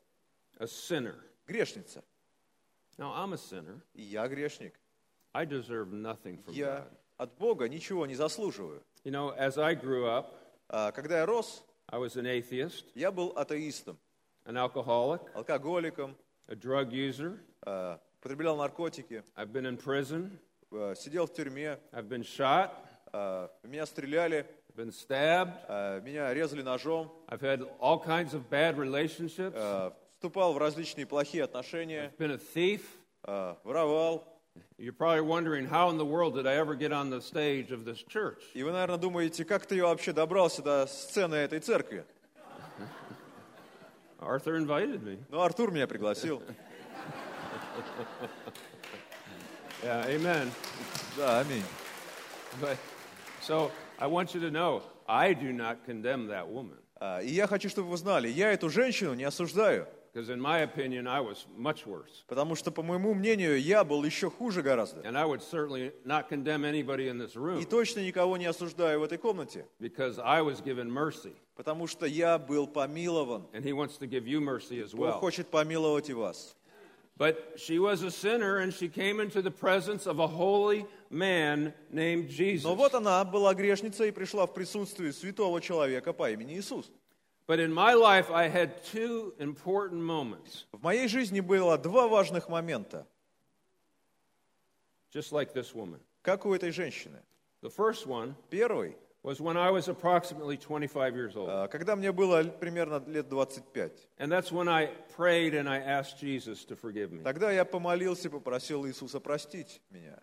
S1: a sinner.
S2: Грешница.
S1: Now, I'm a sinner.
S2: И я грешник.
S1: I deserve nothing from God.
S2: Я от Бога ничего не заслуживаю.
S1: You know, as I grew up,
S2: А Когда я рос,
S1: I was an atheist,
S2: я был атеистом,
S1: an alcoholic,
S2: алкоголиком,
S1: a drug user.
S2: э, потреблял наркотики,
S1: I've been in prison.
S2: э, сидел в тюрьме,
S1: I've been shot,
S2: э, в меня стреляли,
S1: been stabbed.
S2: э, меня резали ножом,
S1: I've had all kinds of bad relationships.
S2: э, вступал в различные плохие отношения,
S1: I've been a thief.
S2: э, воровал,
S1: You're probably wondering how in the world did I ever get on the stage of this church?
S2: И вы, наверное, думаете, как ты вообще добрался до сцены этой церкви?
S1: Arthur invited me.
S2: Ну, Артур меня пригласил.
S1: Yeah, amen.
S2: Да, аминь.
S1: But so I want you to know I do not condemn that woman
S2: А, И я хочу, чтобы вы знали, я эту женщину не осуждаю,
S1: because, in my opinion, I was much worse.
S2: потому что, по моему мнению, я был еще хуже гораздо.
S1: And I would certainly not condemn anybody in this
S2: И
S1: room
S2: точно никого не осуждаю в этой комнате,
S1: because I was given mercy
S2: потому что я был помилован.
S1: and he wants to give you mercy as
S2: Бог
S1: well.
S2: хочет помиловать и вас.
S1: But she was a sinner and she came into the presence of a holy man named Jesus.
S2: Но вот она была грешница и пришла в присутствие святого человека по имени Иисус.
S1: But in my life, I had two important moments,
S2: В моей жизни было два важных момента,
S1: just like this woman.
S2: как у этой женщины.
S1: The first one
S2: Первый
S1: was when I was approximately 25 years old.
S2: А, Когда мне было л- примерно лет 25,
S1: And that's when I prayed and I asked Jesus to forgive me.
S2: тогда я помолился и попросил Иисуса простить меня.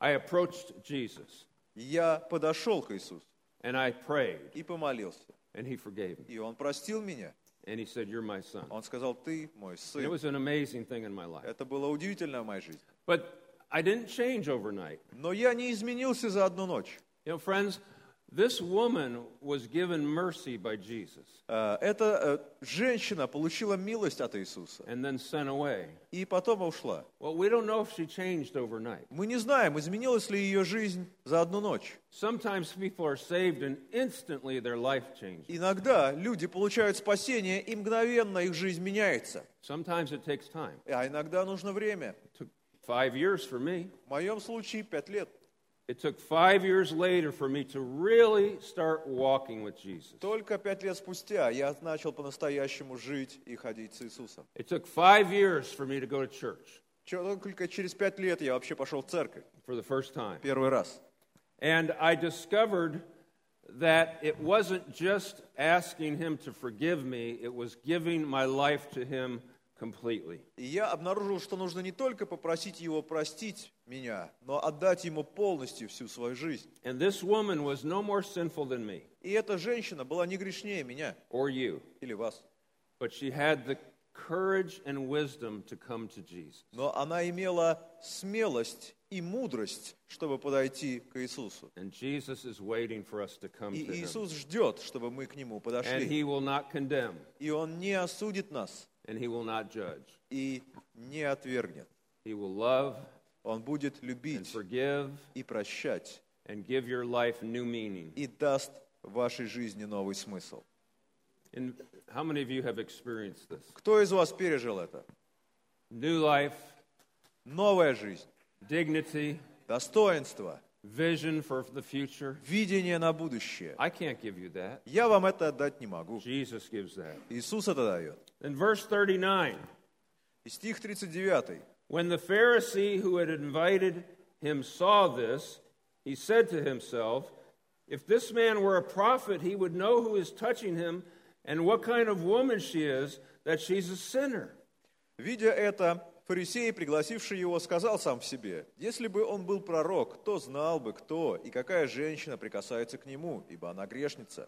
S1: I approached Jesus
S2: И Я подошел к Иисусу
S1: and I prayed,
S2: и помолился.
S1: and he forgave me.
S2: И Он простил меня.
S1: And he said, You're my son.
S2: Он сказал, ты мой
S1: And it
S2: сын.
S1: was an amazing thing in my life.
S2: Это было удивительно в моей жизни.
S1: But I didn't change overnight.
S2: Но я не изменился за одну ночь.
S1: You know, friends, this woman was given mercy by Jesus
S2: Э, Эта э, женщина получила милость от Иисуса
S1: and then sent away.
S2: и потом ушла.
S1: Well, we don't know if she changed overnight.
S2: Мы не знаем, изменилась ли ее жизнь за одну ночь.
S1: Sometimes people are saved and instantly their life changes.
S2: Иногда люди получают спасение, и мгновенно их жизнь меняется.
S1: Sometimes it takes time.
S2: А иногда нужно время.
S1: It took five years for me.
S2: В моем случае пять лет.
S1: It took five years later for me to really start walking with Jesus.
S2: Только пять лет спустя я начал по-настоящему жить и ходить с Иисусом.
S1: It took five years for me to go to church
S2: Чё- Только через пять лет я вообще пошел в церковь.
S1: for the first time.
S2: Первый раз.
S1: And I discovered that it wasn't just asking Him to forgive me, it was giving my life to Him completely.
S2: И я обнаружил, что нужно не только попросить Его простить меня, но отдать Ему полностью всю свою жизнь.
S1: And this woman was no more sinful than me
S2: И эта женщина была не грешнее меня
S1: or you,
S2: или вас,
S1: but she had the courage and wisdom to come to Jesus.
S2: но она имела смелость и мудрость, чтобы подойти к Иисусу.
S1: And Jesus is waiting for us to come
S2: И
S1: to Him.
S2: Иисус ждет, чтобы мы к Нему
S1: And
S2: подошли.
S1: He will not condemn,
S2: И Он не осудит нас
S1: and He will not judge.
S2: и не отвергнет.
S1: He will love
S2: Он будет
S1: and
S2: любить
S1: forgive
S2: и прощать,
S1: and give your life new meaning.
S2: и даст вашей жизни новый смысл.
S1: And how many of you have experienced this?
S2: Кто из вас пережил это?
S1: New life,
S2: Новая жизнь,
S1: dignity,
S2: достоинство,
S1: vision for the future.
S2: видение на будущее.
S1: I can't give you that.
S2: Я вам это отдать не могу.
S1: Jesus gives that.
S2: Иисус это дает.
S1: In verse 39,
S2: И стих 39.
S1: when the Pharisee who had invited him saw this, he said to himself, If this man were a prophet, he would know who is touching him and what kind of woman she is, that she's a sinner.
S2: Видя это, фарисей, пригласивший его, сказал сам в себе, «Если бы он был пророк, то знал бы, кто и какая женщина прикасается к нему, ибо она грешница».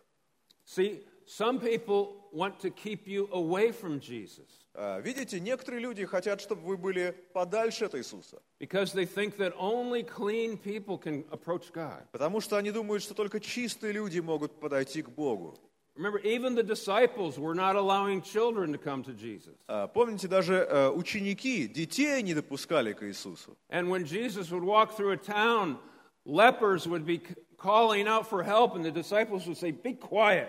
S1: See, some people want to keep you away from Jesus
S2: А, Видите, некоторые люди хотят, чтобы вы были подальше от Иисуса,
S1: because they think that only clean people can approach God.
S2: потому что они думают, что только чистые люди могут подойти к Богу.
S1: Remember, even the disciples were not allowing children to come to Jesus.
S2: А, Помните, даже э, ученики детей не допускали к Иисусу.
S1: And when Jesus would walk through a town, lepers would be c- calling out for help, and the disciples would say, Be quiet.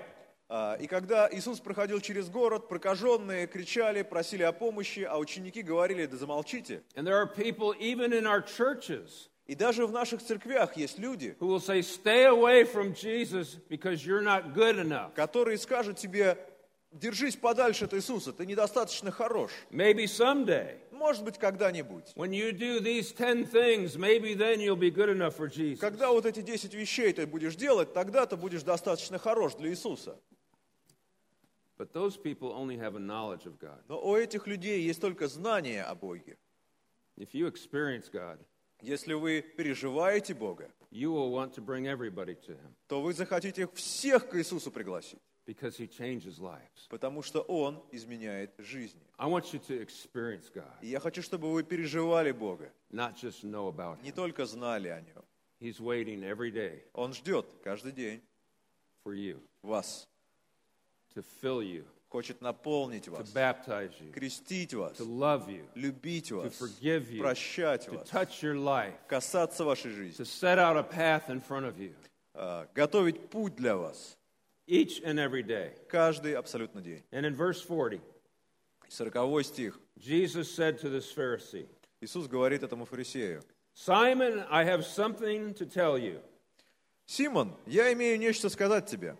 S2: А, И когда Иисус проходил через город, прокаженные кричали, просили о помощи, а ученики говорили, да замолчите.
S1: And there are people, even in our churches,
S2: И даже в наших церквях есть люди,
S1: who will say, Stay away from Jesus because you're not good enough.
S2: которые скажут тебе, держись подальше от Иисуса, ты недостаточно хорош.
S1: Maybe someday.
S2: Может быть, когда-нибудь.
S1: When you do these 10 things, maybe then you'll be good enough for Jesus.
S2: Когда вот эти 10 вещей ты будешь делать, тогда ты будешь достаточно хорош для Иисуса.
S1: But those people only have a knowledge of God.
S2: Но у этих людей есть только знание о Боге.
S1: If you experience God,
S2: Если вы переживаете Бога,
S1: you will want to bring everybody to Him
S2: то вы захотите всех к Иисусу пригласить,
S1: because He changes lives.
S2: потому что Он изменяет жизни.
S1: I want you to experience God,
S2: И я хочу, чтобы вы переживали Бога,
S1: not just know about
S2: не
S1: Him.
S2: только знали о Нем.
S1: He's waiting every day
S2: Он ждет каждый день
S1: for you
S2: вас,
S1: to fill you,
S2: хочет наполнить
S1: to
S2: вас,
S1: baptize you,
S2: крестить вас,
S1: to love you,
S2: любить
S1: to
S2: вас,
S1: forgive you,
S2: прощать
S1: to
S2: вас,
S1: touch your life,
S2: касаться вашей жизни,
S1: to set out a path in front of you
S2: э, готовить путь для вас
S1: each and every day.
S2: каждый абсолютно день.
S1: And in verse 40,
S2: Сороковой стих.
S1: Jesus said to this Pharisee,
S2: Иисус говорит этому фарисею.
S1: Simon, I have something to tell you.
S2: Симон, я имею нечто сказать тебе.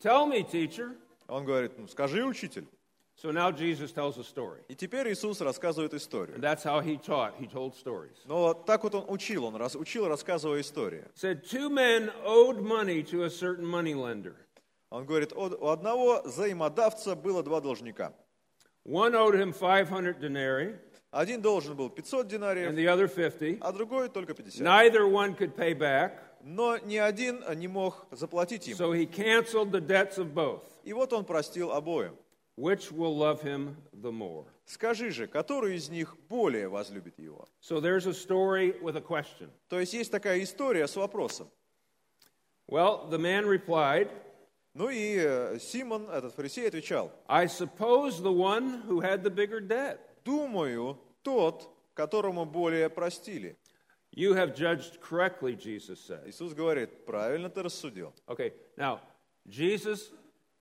S1: Tell me, teacher.
S2: Он говорит, ну скажи, учитель.
S1: So now Jesus tells a story.
S2: И теперь Иисус рассказывает историю.
S1: And that's how he taught. He told stories.
S2: Но так вот он учил, он раз, учил, рассказывая истории.
S1: He said, Two men owed money to a certain moneylender.
S2: Он говорит, «Од- у одного взаимодавца было два должника.
S1: One owed him 500 denarii
S2: Один должен был 500
S1: and
S2: динариев,
S1: the other 50.
S2: а другой только 50.
S1: Neither one could pay back,
S2: Но ни один не мог заплатить им.
S1: so he canceled the debts of both.
S2: И вот он простил обоим.
S1: Which will love him the more?
S2: Скажи же, который из них более возлюбит его?
S1: So there's a story with a question.
S2: То есть есть такая история с вопросом.
S1: Well, the man replied,
S2: Ну и э, Симон, этот фарисей, отвечал,
S1: I suppose the one who had the bigger debt.
S2: думаю, тот, которому более простили.
S1: You have judged correctly, Jesus says.
S2: Иисус говорит, правильно ты рассудил.
S1: Okay, now, Jesus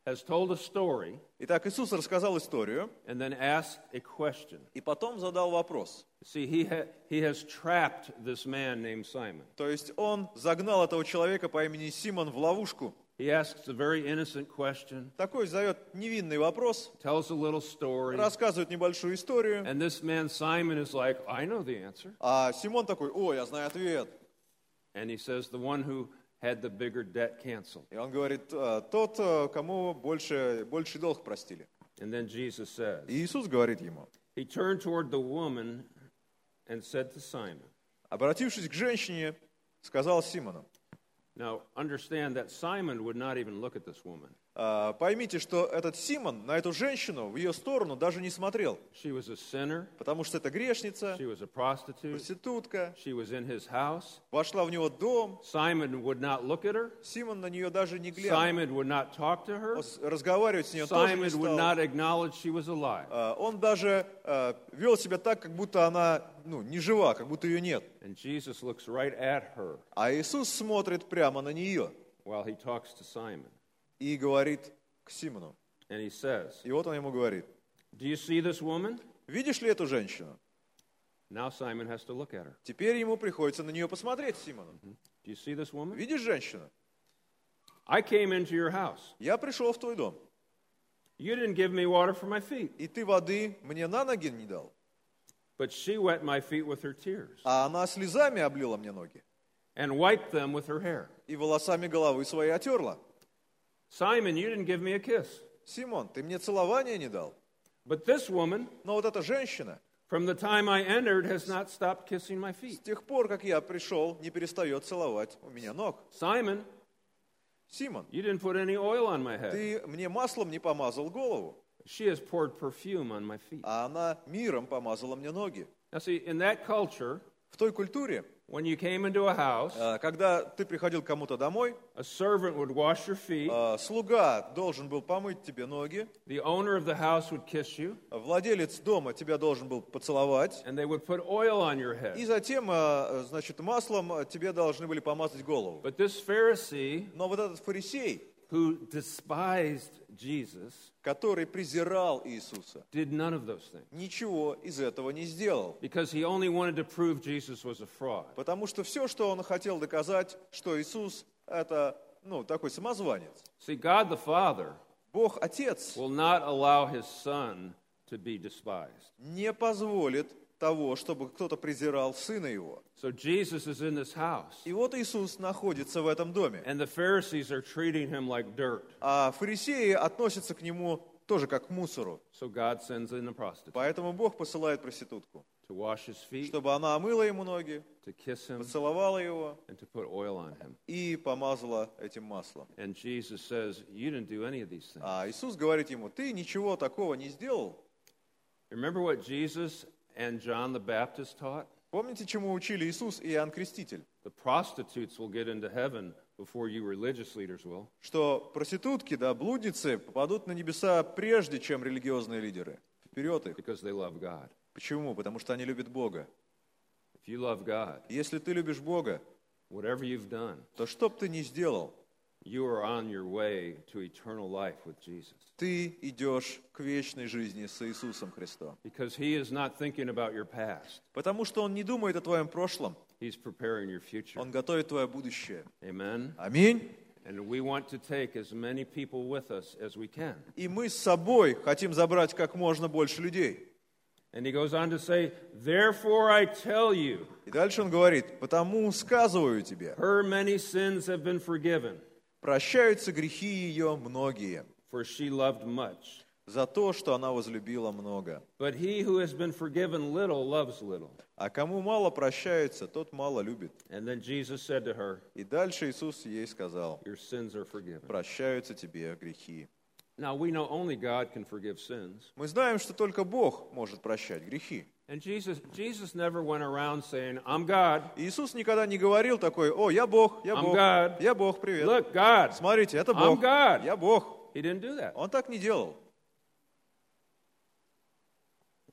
S1: has told a story
S2: Итак, Иисус рассказал историю
S1: and then asked a question.
S2: и потом задал вопрос.
S1: See, he, ha- he has trapped this man named Simon.
S2: То есть он загнал этого человека по имени Симон в ловушку.
S1: He asks a very innocent question,
S2: Такой задает невинный вопрос,
S1: tells a little story,
S2: рассказывает небольшую историю,
S1: and this man Simon is like, I know the answer.
S2: а Симон такой, о, я знаю ответ.
S1: And he says, The one who had the bigger debt canceled.
S2: И он говорит, «А, тот, э, кому больше, больше долг простили.
S1: And then Jesus says,
S2: И Иисус говорит ему,
S1: He turned toward the woman and said to Simon,
S2: обратившись к женщине, сказал Симону,
S1: Now, understand that Simon would not even look at this woman.
S2: «А, поймите, что этот Симон на эту женщину в ее сторону даже не смотрел,
S1: She was a sinner,
S2: потому что это грешница,
S1: she was a prostitute,
S2: проститутка,
S1: she was in his house.
S2: вошла в него дом,
S1: Simon would not look at her,
S2: Симон на нее даже не глянул,
S1: Simon would not talk to her,
S2: Он с- разговаривать с ней он тоже не
S1: Simon would
S2: стал.
S1: not acknowledge she was alive.
S2: А, Он даже э, вел себя так, как будто она ну, не жива, как будто ее нет.
S1: And Jesus looks right at her
S2: А Иисус смотрит прямо на нее
S1: while he talks to Simon.
S2: и говорит к Симону.
S1: And he says,
S2: И вот он ему говорит,
S1: Do you see this woman?
S2: видишь ли эту женщину?
S1: Now Simon has to look at her.
S2: Теперь ему приходится на нее посмотреть, Симону.
S1: Do you see this woman?
S2: Видишь женщину?
S1: I came into your house.
S2: Я пришел в твой дом,
S1: You didn't give me water for my feet,
S2: и ты воды мне на ноги не дал,
S1: but she wet my feet with her tears
S2: а она слезами облила мне ноги
S1: and wiped them with her hair.
S2: и волосами головы свои отерла.
S1: Simon, you didn't give me a kiss,
S2: Симон, ты мне целования не дал,
S1: but this woman,
S2: но вот эта женщина
S1: from the time I entered, has not stopped kissing my feet.
S2: с тех пор, как я пришел, не перестает целовать у меня ног.
S1: Simon,
S2: Симон,
S1: you didn't put any oil on my head.
S2: ты мне маслом не помазал голову,
S1: She has poured perfume on my feet.
S2: а она миром помазала мне ноги.
S1: Now, see, in that culture,
S2: В той культуре,
S1: when you came into a house,
S2: э, когда ты приходил к кому-то домой,
S1: a servant would wash your feet,
S2: э, слуга должен был помыть тебе ноги,
S1: the owner of the house would kiss you,
S2: владелец дома тебя должен был поцеловать,
S1: and they would put oil on your
S2: и
S1: head.
S2: затем, э, значит, маслом э, тебе должны были помазать голову.
S1: But this Pharisee
S2: Но вот этот фарисей,
S1: who despised Jesus
S2: который презирал Иисуса,
S1: did none of those things
S2: ничего из этого не сделал.
S1: because he only wanted to prove Jesus was a fraud.
S2: Потому что все, что он хотел доказать, что Иисус – это, ну, такой самозванец.
S1: See, God the Father
S2: Бог Отец
S1: will not allow his son to be despised.
S2: не позволит того, чтобы кто-то презирал Сына Его.
S1: So Jesus is in this house,
S2: И вот Иисус находится в этом доме.
S1: and the Pharisees are treating him like dirt.
S2: А фарисеи относятся к нему тоже как к мусору.
S1: So God sends in a prostitute
S2: Поэтому Бог посылает проститутку,
S1: to wash his feet,
S2: чтобы она омыла ему ноги,
S1: to kiss him,
S2: поцеловала его
S1: and to put oil on him.
S2: и помазала этим маслом.
S1: And Jesus says, You didn't do any of these things.
S2: А Иисус говорит ему, ты ничего такого не сделал.
S1: Remember what Jesus and John the Baptist taught?
S2: Помните, чему учили Иисус и Иоанн Креститель?
S1: The prostitutes will get into heaven before you religious leaders will.
S2: Что проститутки, да, блудницы попадут на небеса прежде, чем религиозные лидеры. Вперед их.
S1: because they love God.
S2: Почему? Потому что они любят Бога.
S1: If you love God,
S2: Если ты любишь Бога,
S1: whatever you've done,
S2: то что бы ты ни сделал,
S1: you are on your way to eternal life with Jesus.
S2: ты идешь к вечной жизни с Иисусом Христом.
S1: Because He is not thinking about your past,
S2: Потому что Он не думает о твоем прошлом,
S1: He's preparing your future.
S2: Он готовит твое будущее.
S1: Amen.
S2: Аминь.
S1: And we want to take as many people with us as we can.
S2: И мы с собой хотим забрать как можно больше людей.
S1: And He goes on to say, Therefore I tell you,
S2: И дальше он говорит, потому сказываю тебе,
S1: her many sins have been forgiven,
S2: прощаются грехи ее многие
S1: for she loved much.
S2: за то, что она возлюбила много.
S1: But he who has been forgiven little loves little.
S2: А кому мало прощается, тот мало любит.
S1: And then Jesus said to her,
S2: И дальше Иисус ей сказал,
S1: Your sins are forgiven.
S2: прощаются тебе грехи.
S1: Now, we know only God can forgive sins.
S2: Мы знаем, что только Бог может прощать грехи.
S1: And Jesus, Jesus never went around saying, I'm God.
S2: И Иисус никогда не говорил такой, о, я Бог, я
S1: I'm
S2: Бог,
S1: God.
S2: я Бог, привет.
S1: Look, God.
S2: Смотрите, это
S1: I'm
S2: Бог,
S1: God.
S2: я Бог.
S1: He didn't do that.
S2: Он так не делал.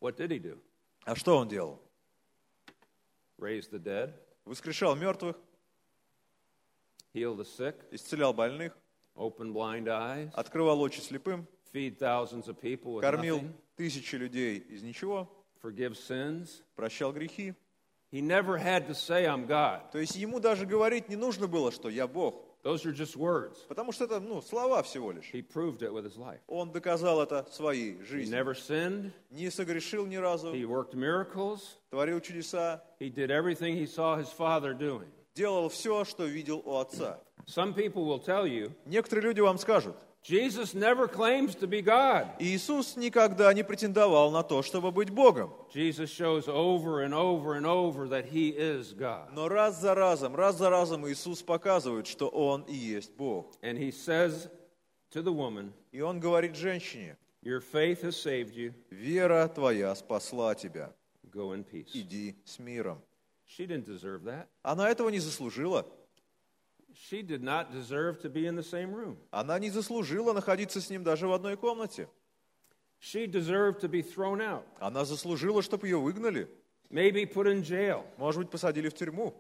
S1: What did he do?
S2: А что он делал?
S1: Raise the dead,
S2: Воскрешал мертвых,
S1: heal the sick,
S2: исцелял больных,
S1: open blind eyes,
S2: открывал очи слепым,
S1: feed thousands of people with
S2: кормил
S1: nothing,
S2: тысячи людей из ничего,
S1: forgive sins.
S2: прощал грехи.
S1: He never had to say, I'm God.
S2: То есть ему даже говорить не нужно было, что я Бог,
S1: Those are just words.
S2: потому что это, ну, слова всего лишь.
S1: He proved it with his life.
S2: Он доказал это своей
S1: He
S2: жизнью.
S1: never sinned.
S2: Не согрешил ни разу,
S1: He worked miracles.
S2: творил чудеса,
S1: He did everything he saw his father doing.
S2: делал все, что видел у Отца.
S1: Some people will tell you
S2: Некоторые люди вам скажут,
S1: Jesus never claims to be God.
S2: Иисус никогда не претендовал на то, чтобы быть Богом.
S1: Jesus shows over and over and over that he is God.
S2: Но раз за разом, раз за разом Иисус показывает, что Он и есть Бог.
S1: And he says to the woman,
S2: И Он говорит женщине,
S1: Your faith has saved you.
S2: вера твоя спасла тебя,
S1: Go in peace.
S2: иди с миром.
S1: She дidn't deserve that.
S2: Она этого не заслужила.
S1: She did not deserve to be in the same room.
S2: Она не заслужила находиться с ним даже в одной комнате.
S1: She deserved to be thrown out,
S2: Она заслужила, чтобы ее выгнали.
S1: maybe put in jail.
S2: Может быть, посадили в тюрьму.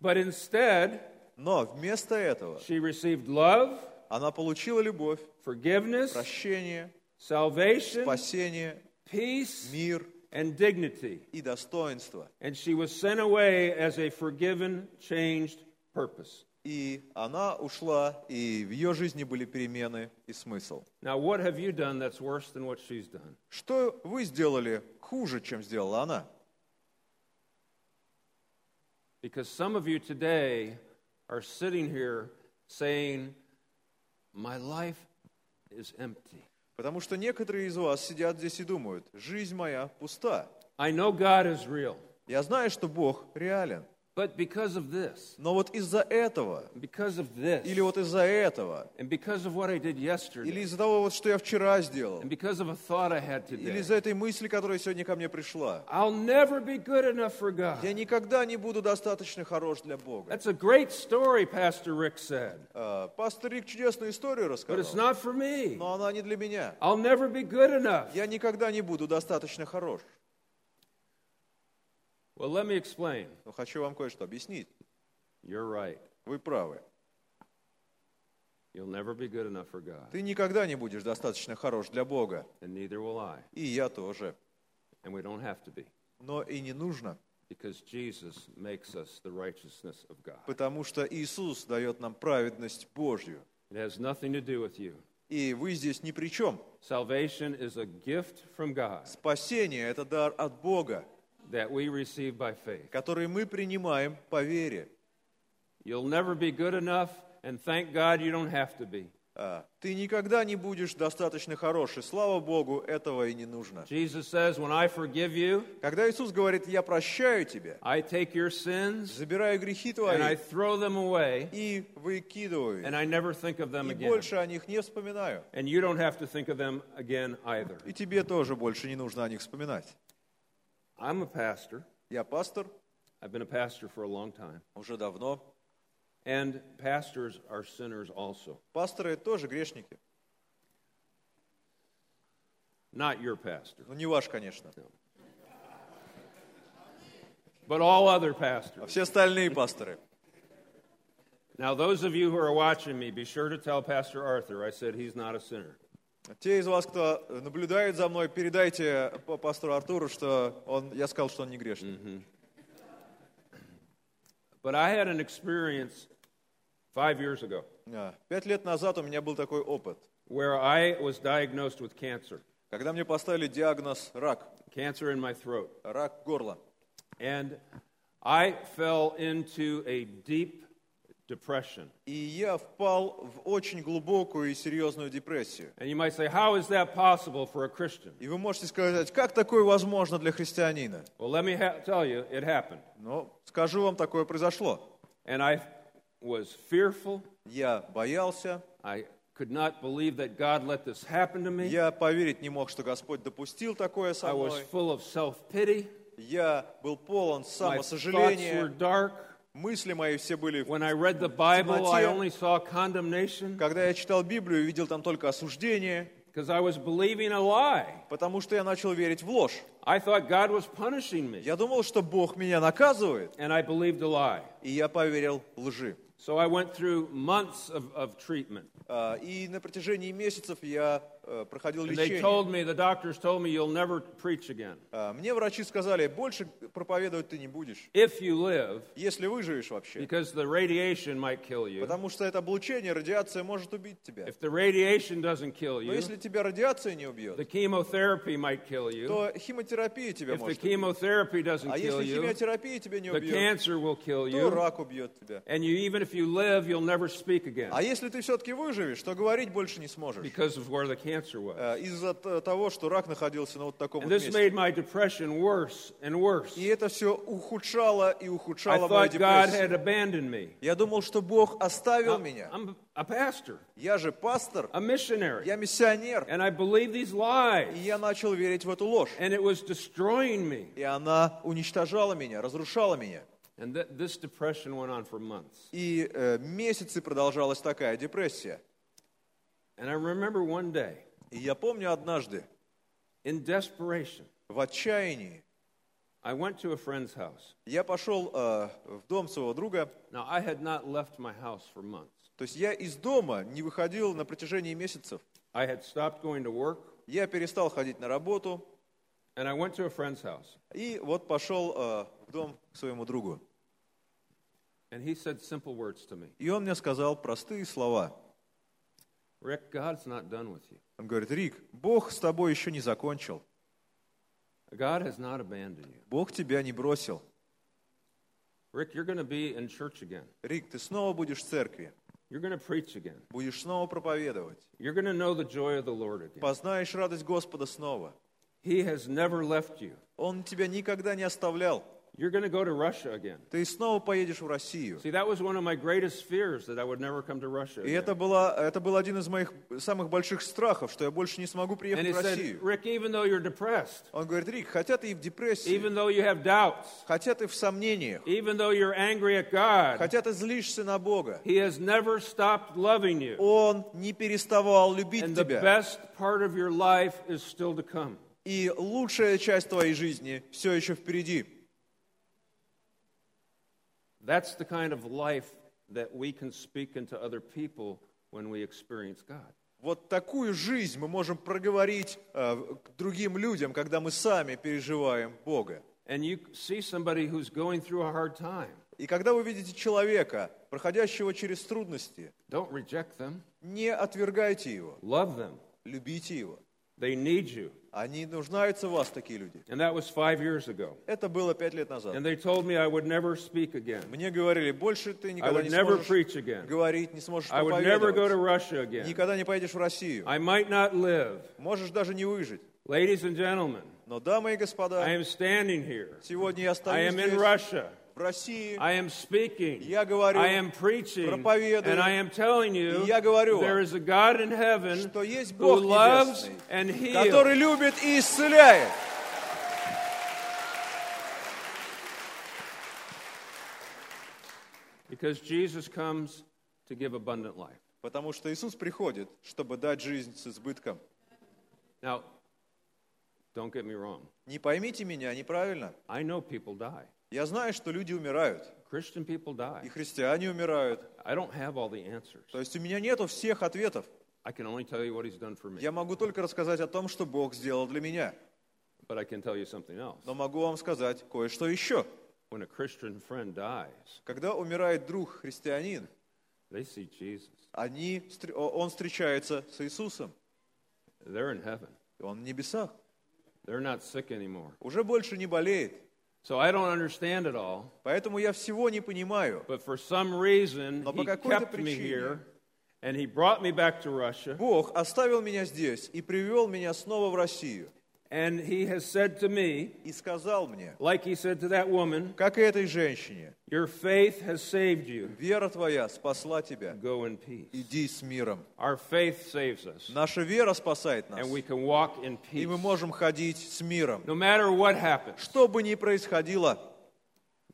S1: But instead,
S2: Но вместо этого
S1: she received love,
S2: она получила любовь,
S1: forgiveness,
S2: прощение,
S1: salvation,
S2: спасение,
S1: peace,
S2: мир
S1: and dignity.
S2: и достоинство.
S1: And she was sent away as a forgiven, changed purpose.
S2: И она ушла, и в ее жизни были перемены и смысл.
S1: Now, what have you done that's worse than what she's done?
S2: Что вы сделали хуже, чем сделала она?
S1: Because some of you today are sitting here saying, My life is empty.
S2: Потому что некоторые из вас сидят здесь и думают, жизнь моя пуста.
S1: I know God is real,
S2: Я знаю, что Бог реален.
S1: but because of this,
S2: Но вот из-за этого,
S1: because of this,
S2: или вот из-за этого,
S1: and because of what I did yesterday,
S2: или из-за того, вот, что я вчера сделал,
S1: and because of a thought I had
S2: или
S1: today,
S2: из-за этой мысли, которая сегодня ко мне пришла,
S1: I'll never be good enough for God.
S2: я никогда не буду достаточно хорош для Бога.
S1: That's a great story, Pastor Rick said,
S2: Э, Пастор Рик чудесную историю
S1: but it's
S2: рассказал,
S1: not for me.
S2: но она не для меня.
S1: I'll never be good enough.
S2: Я никогда не буду достаточно хорош.
S1: Well, let me explain.
S2: Но хочу вам кое-что объяснить.
S1: You're right.
S2: Вы правы.
S1: You'll never be good enough for God,
S2: Ты никогда не будешь достаточно хорош для Бога.
S1: and neither will I.
S2: И я тоже.
S1: And we don't have to be,
S2: Но и не нужно,
S1: because Jesus makes us the righteousness of God.
S2: потому что Иисус дает нам праведность Божью.
S1: It has nothing to do with you.
S2: И вы здесь ни при чем.
S1: Salvation is a gift from God
S2: Спасение – это дар от Бога,
S1: that we receive by faith.
S2: который мы принимаем по вере.
S1: You'll never be good enough, and thank God you don't have to be.
S2: А, Ты никогда не будешь достаточно хорош, и слава Богу, этого и не нужно.
S1: Jesus says, When I forgive you,
S2: Когда Иисус говорит «Я прощаю тебя»,
S1: I take your sins
S2: забираю грехи
S1: and I
S2: твои
S1: throw them away,
S2: и выкидываю,
S1: and I never think of them
S2: и
S1: again.
S2: больше о них не вспоминаю.
S1: And you don't have to think of them again either.
S2: И тебе тоже больше не нужно о них вспоминать.
S1: I'm a pastor.
S2: Я пастор
S1: I've been a pastor for a long time.
S2: уже давно.
S1: And pastors are sinners also.
S2: Пасторы тоже грешники.
S1: Not your pastor,
S2: Ну, не ваш, конечно.
S1: but all other
S2: А
S1: pastors.
S2: все остальные пасторы.
S1: Now, those of you who are watching me, be sure to tell Pastor Arthur I said he's not a sinner.
S2: Те из вас, кто наблюдает за мной, передайте па- пастору Артуру, что он, я сказал, что он не грешник.
S1: But I had an experience five years ago
S2: А, Пять лет назад у меня был такой опыт,
S1: where I was diagnosed with cancer,
S2: когда мне поставили диагноз рак,
S1: cancer in my throat.
S2: рак горла.
S1: And I fell into a deep depression.
S2: И я впал в очень глубокую и серьезную депрессию.
S1: And you might say, How is that possible for a Christian?
S2: И вы можете сказать, как такое возможно для христианина?
S1: Well, let me ha- tell you, it happened.
S2: Но скажу вам, такое произошло.
S1: And I was fearful.
S2: Я боялся,
S1: I could not believe that God let this happen to me.
S2: Я поверить не мог, что Господь допустил такое
S1: I
S2: со
S1: was
S2: мной.
S1: full of self pity.
S2: Я был полон
S1: My thoughts were
S2: самосожаления.
S1: dark.
S2: Мысли мои все были...
S1: When I read the Bible, I
S2: Timothy.
S1: only saw condemnation
S2: Когда я читал Библию, видел там только осуждение,
S1: because I was believing a lie.
S2: потому что я начал верить в ложь.
S1: I thought God was punishing me,
S2: Я думал, что Бог меня наказывает,
S1: and I believed a lie.
S2: и я поверил лжи.
S1: So I went through months of, of treatment.
S2: А, И на протяжении месяцев я э, проходил
S1: And they
S2: лечение.
S1: told me, the doctors told me, you'll never preach again.
S2: А, Мне врачи сказали, больше проповедовать ты не будешь,
S1: If you live,
S2: если выживешь вообще.
S1: because the radiation might kill you.
S2: Потому что это облучение, радиация может убить тебя.
S1: If the radiation doesn't kill
S2: Но
S1: you,
S2: если тебя радиация не
S1: the
S2: убьет,
S1: chemotherapy might kill you.
S2: то химиотерапия тебя
S1: If the
S2: может убить.
S1: chemotherapy doesn't
S2: А
S1: kill
S2: если
S1: you,
S2: химиотерапия тебя не
S1: the
S2: убьет,
S1: cancer will kill
S2: то
S1: you.
S2: рак убьет тебя.
S1: And you, even if you live, you'll never speak again
S2: А если ты все-таки выживешь, то говорить больше не сможешь.
S1: because of where the cancer was.
S2: Э, Из-за т- того, что рак находился на вот таком вот
S1: And this
S2: месте.
S1: made my depression worse and worse.
S2: И это все ухудшало и
S1: I
S2: ухудшало мою
S1: thought God
S2: депрессию.
S1: had А, abandoned me.
S2: Я думал, что Бог оставил меня.
S1: I'm a pastor,
S2: Я же пастор,
S1: a missionary,
S2: я миссионер.
S1: and I believe these
S2: И
S1: lies.
S2: я начал верить в эту ложь.
S1: And it was destroying me.
S2: И она уничтожала меня, разрушала меня.
S1: And th- this depression went on for months.
S2: И э, месяцы продолжалась такая депрессия.
S1: And I remember one day,
S2: И я помню однажды,
S1: in desperation,
S2: в отчаянии,
S1: I went to a friend's house.
S2: я пошел э, в дом своего друга.
S1: Now, I had not left my house for months.
S2: То есть я из дома не выходил на протяжении месяцев.
S1: I had stopped going to work,
S2: Я перестал ходить на работу.
S1: and I went to a friend's house.
S2: И вот пошел э, в дом к своему другу.
S1: And he said simple words to me
S2: И он мне сказал простые слова.
S1: Rick, God's not done with you.
S2: Он говорит, Рик, Бог с тобой еще не закончил.
S1: God has not abandoned you.
S2: Бог тебя не бросил.
S1: Rick, you're going to be in church again.
S2: Рик, ты снова будешь в церкви,
S1: You're going to preach again.
S2: будешь снова проповедовать,
S1: You're going to know the joy of the Lord again.
S2: познаешь радость Господа снова.
S1: He has never left you.
S2: Он тебя никогда не оставлял.
S1: You're going to go to Russia again.
S2: Ты снова поедешь в Россию.
S1: See, that was one of my greatest fears that I would never come to Russia.
S2: И
S1: Again.
S2: это, была, это был один из моих самых больших страхов, что я больше не смогу
S1: And
S2: приехать
S1: he
S2: в
S1: said,
S2: Россию.
S1: Rick, even though you're depressed,
S2: Он говорит, Рик, хотя ты и в депрессии,
S1: even though you have doubts,
S2: хотя ты в сомнениях,
S1: even though you're angry at God,
S2: хотя ты злишься на Бога,
S1: He has never stopped loving you.
S2: Он не переставал любить
S1: And the
S2: тебя.
S1: best part of your life is still to come.
S2: И лучшая часть твоей жизни все еще впереди.
S1: That's the kind of life that we can speak into other people when we experience God.
S2: Вот такую жизнь мы можем проговорить э, к другим людям, когда мы сами переживаем Бога.
S1: And you see somebody who's going through a hard time,
S2: И когда вы видите человека, проходящего через трудности,
S1: don't reject them,
S2: не отвергайте его,
S1: love them.
S2: любите его.
S1: They need you.
S2: Они нуждаются в вас, такие люди.
S1: And that was five years ago.
S2: Это было пять лет назад.
S1: And they told me I would never speak again.
S2: Мне говорили, больше ты
S1: I
S2: никогда
S1: would
S2: не
S1: never
S2: сможешь
S1: preach again.
S2: говорить, не сможешь
S1: I would never go to
S2: проповедовать,
S1: Russia again.
S2: никогда не поедешь в Россию,
S1: I might not live.
S2: можешь даже не выжить.
S1: Ladies and gentlemen,
S2: Но, дамы
S1: I
S2: и господа,
S1: am standing here.
S2: сегодня я
S1: I
S2: стою
S1: am in
S2: здесь,
S1: Russia.
S2: в России,
S1: I am speaking.
S2: Я говорю,
S1: I am preaching.
S2: проповедую.
S1: And I am telling you,
S2: И я говорю вам,
S1: there is a God in heaven
S2: что есть
S1: who
S2: Бог
S1: loves
S2: небесный,
S1: and heals.
S2: который любит и исцеляет.
S1: Because Jesus comes to give abundant life.
S2: Потому что Иисус приходит, чтобы дать жизнь с избытком.
S1: Now, don't get me wrong.
S2: Не поймите меня неправильно.
S1: I know people die.
S2: Я знаю, что люди умирают,
S1: Christian people
S2: и
S1: die.
S2: христиане умирают.
S1: I don't have all the answers.
S2: То есть у меня нету всех ответов.
S1: I can only tell you what he's done for me.
S2: Я могу только рассказать о том, что Бог сделал для меня.
S1: But I can tell you something else.
S2: Но могу вам сказать кое-что еще.
S1: When a Christian friend dies,
S2: Когда умирает друг христианин,
S1: they see Jesus.
S2: они, встр- о- он встречается с Иисусом.
S1: They're in heaven.
S2: Он в небесах.
S1: They're not sick anymore.
S2: Уже больше не болеет.
S1: So I don't understand it all.
S2: Поэтому я всего не понимаю.
S1: But for some reason,
S2: Но по
S1: he
S2: какой-то
S1: kept me
S2: причине.
S1: here, and he brought me back to Russia,
S2: Бог оставил меня здесь и привел меня снова в Россию.
S1: And he has said to me,
S2: и сказал мне,
S1: like he said to that woman,
S2: как и этой женщине,
S1: Your faith has saved you.
S2: вера твоя спасла тебя,
S1: Go in peace.
S2: иди с миром.
S1: Our faith saves us,
S2: Наша вера спасает нас,
S1: and we can walk in
S2: и
S1: peace.
S2: мы можем ходить с миром.
S1: No matter what happens,
S2: Что бы ни происходило,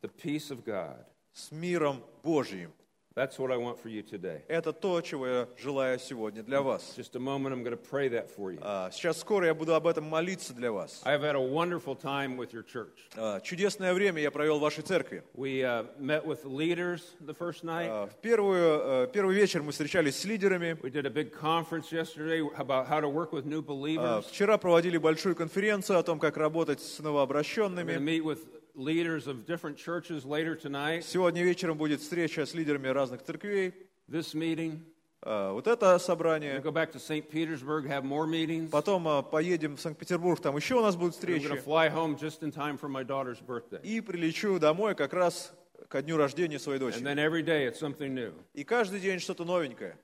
S1: the peace of God.
S2: с миром Божьим.
S1: That's what I want for you today.
S2: Это то, чего я желаю сегодня для вас.
S1: Just a moment, I'm going to pray that for you.
S2: А, Сейчас скоро я буду об этом молиться для вас.
S1: I've had a wonderful time with your church.
S2: А, Чудесное время я провел в вашей церкви.
S1: We uh, met with the leaders the first night.
S2: А, В первую, э, первый вечер мы встречались с лидерами.
S1: We did a big conference yesterday about how to work with new
S2: А,
S1: believers.
S2: Вчера проводили большую конференцию о том, как работать с
S1: We're going
S2: новообращенными.
S1: to meet with leaders of different churches later tonight.
S2: Сегодня вечером будет встреча с лидерами разных церквей.
S1: This meeting.
S2: А, Вот это
S1: We'll
S2: собрание.
S1: go back to St. Petersburg, have more meetings.
S2: Потом а, поедем в Санкт-Петербург, там еще у нас будут
S1: I'm going to
S2: встречи.
S1: fly home just in time for my daughter's birthday.
S2: И прилечу домой как раз ко дню рождения своей
S1: And
S2: дочери.
S1: then every day it's something new.
S2: И каждый день что-то новенькое.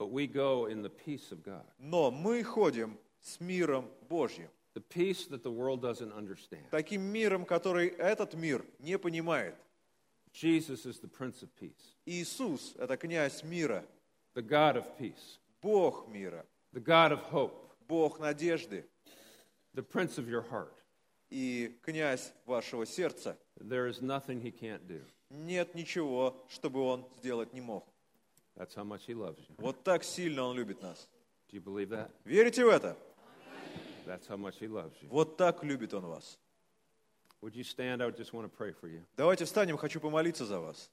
S1: But we go in the peace of God,
S2: Но мы ходим с миром Божьим.
S1: the peace that the world doesn't understand.
S2: Таким миром, который этот мир не понимает.
S1: Jesus is the Prince of Peace,
S2: Иисус – это князь мира,
S1: the God of peace,
S2: Бог мира,
S1: the God of hope,
S2: Бог надежды
S1: the Prince of your heart.
S2: и князь вашего сердца.
S1: There is nothing he can't do.
S2: Нет ничего, чтобы он сделать не мог.
S1: That's how much he loves you.
S2: Вот так сильно он любит нас.
S1: Do you believe that?
S2: Верите в это?
S1: That's how much he loves you.
S2: Вот так любит он вас.
S1: Would you stand? I just want to pray for you.
S2: Давайте встанем, хочу помолиться за вас.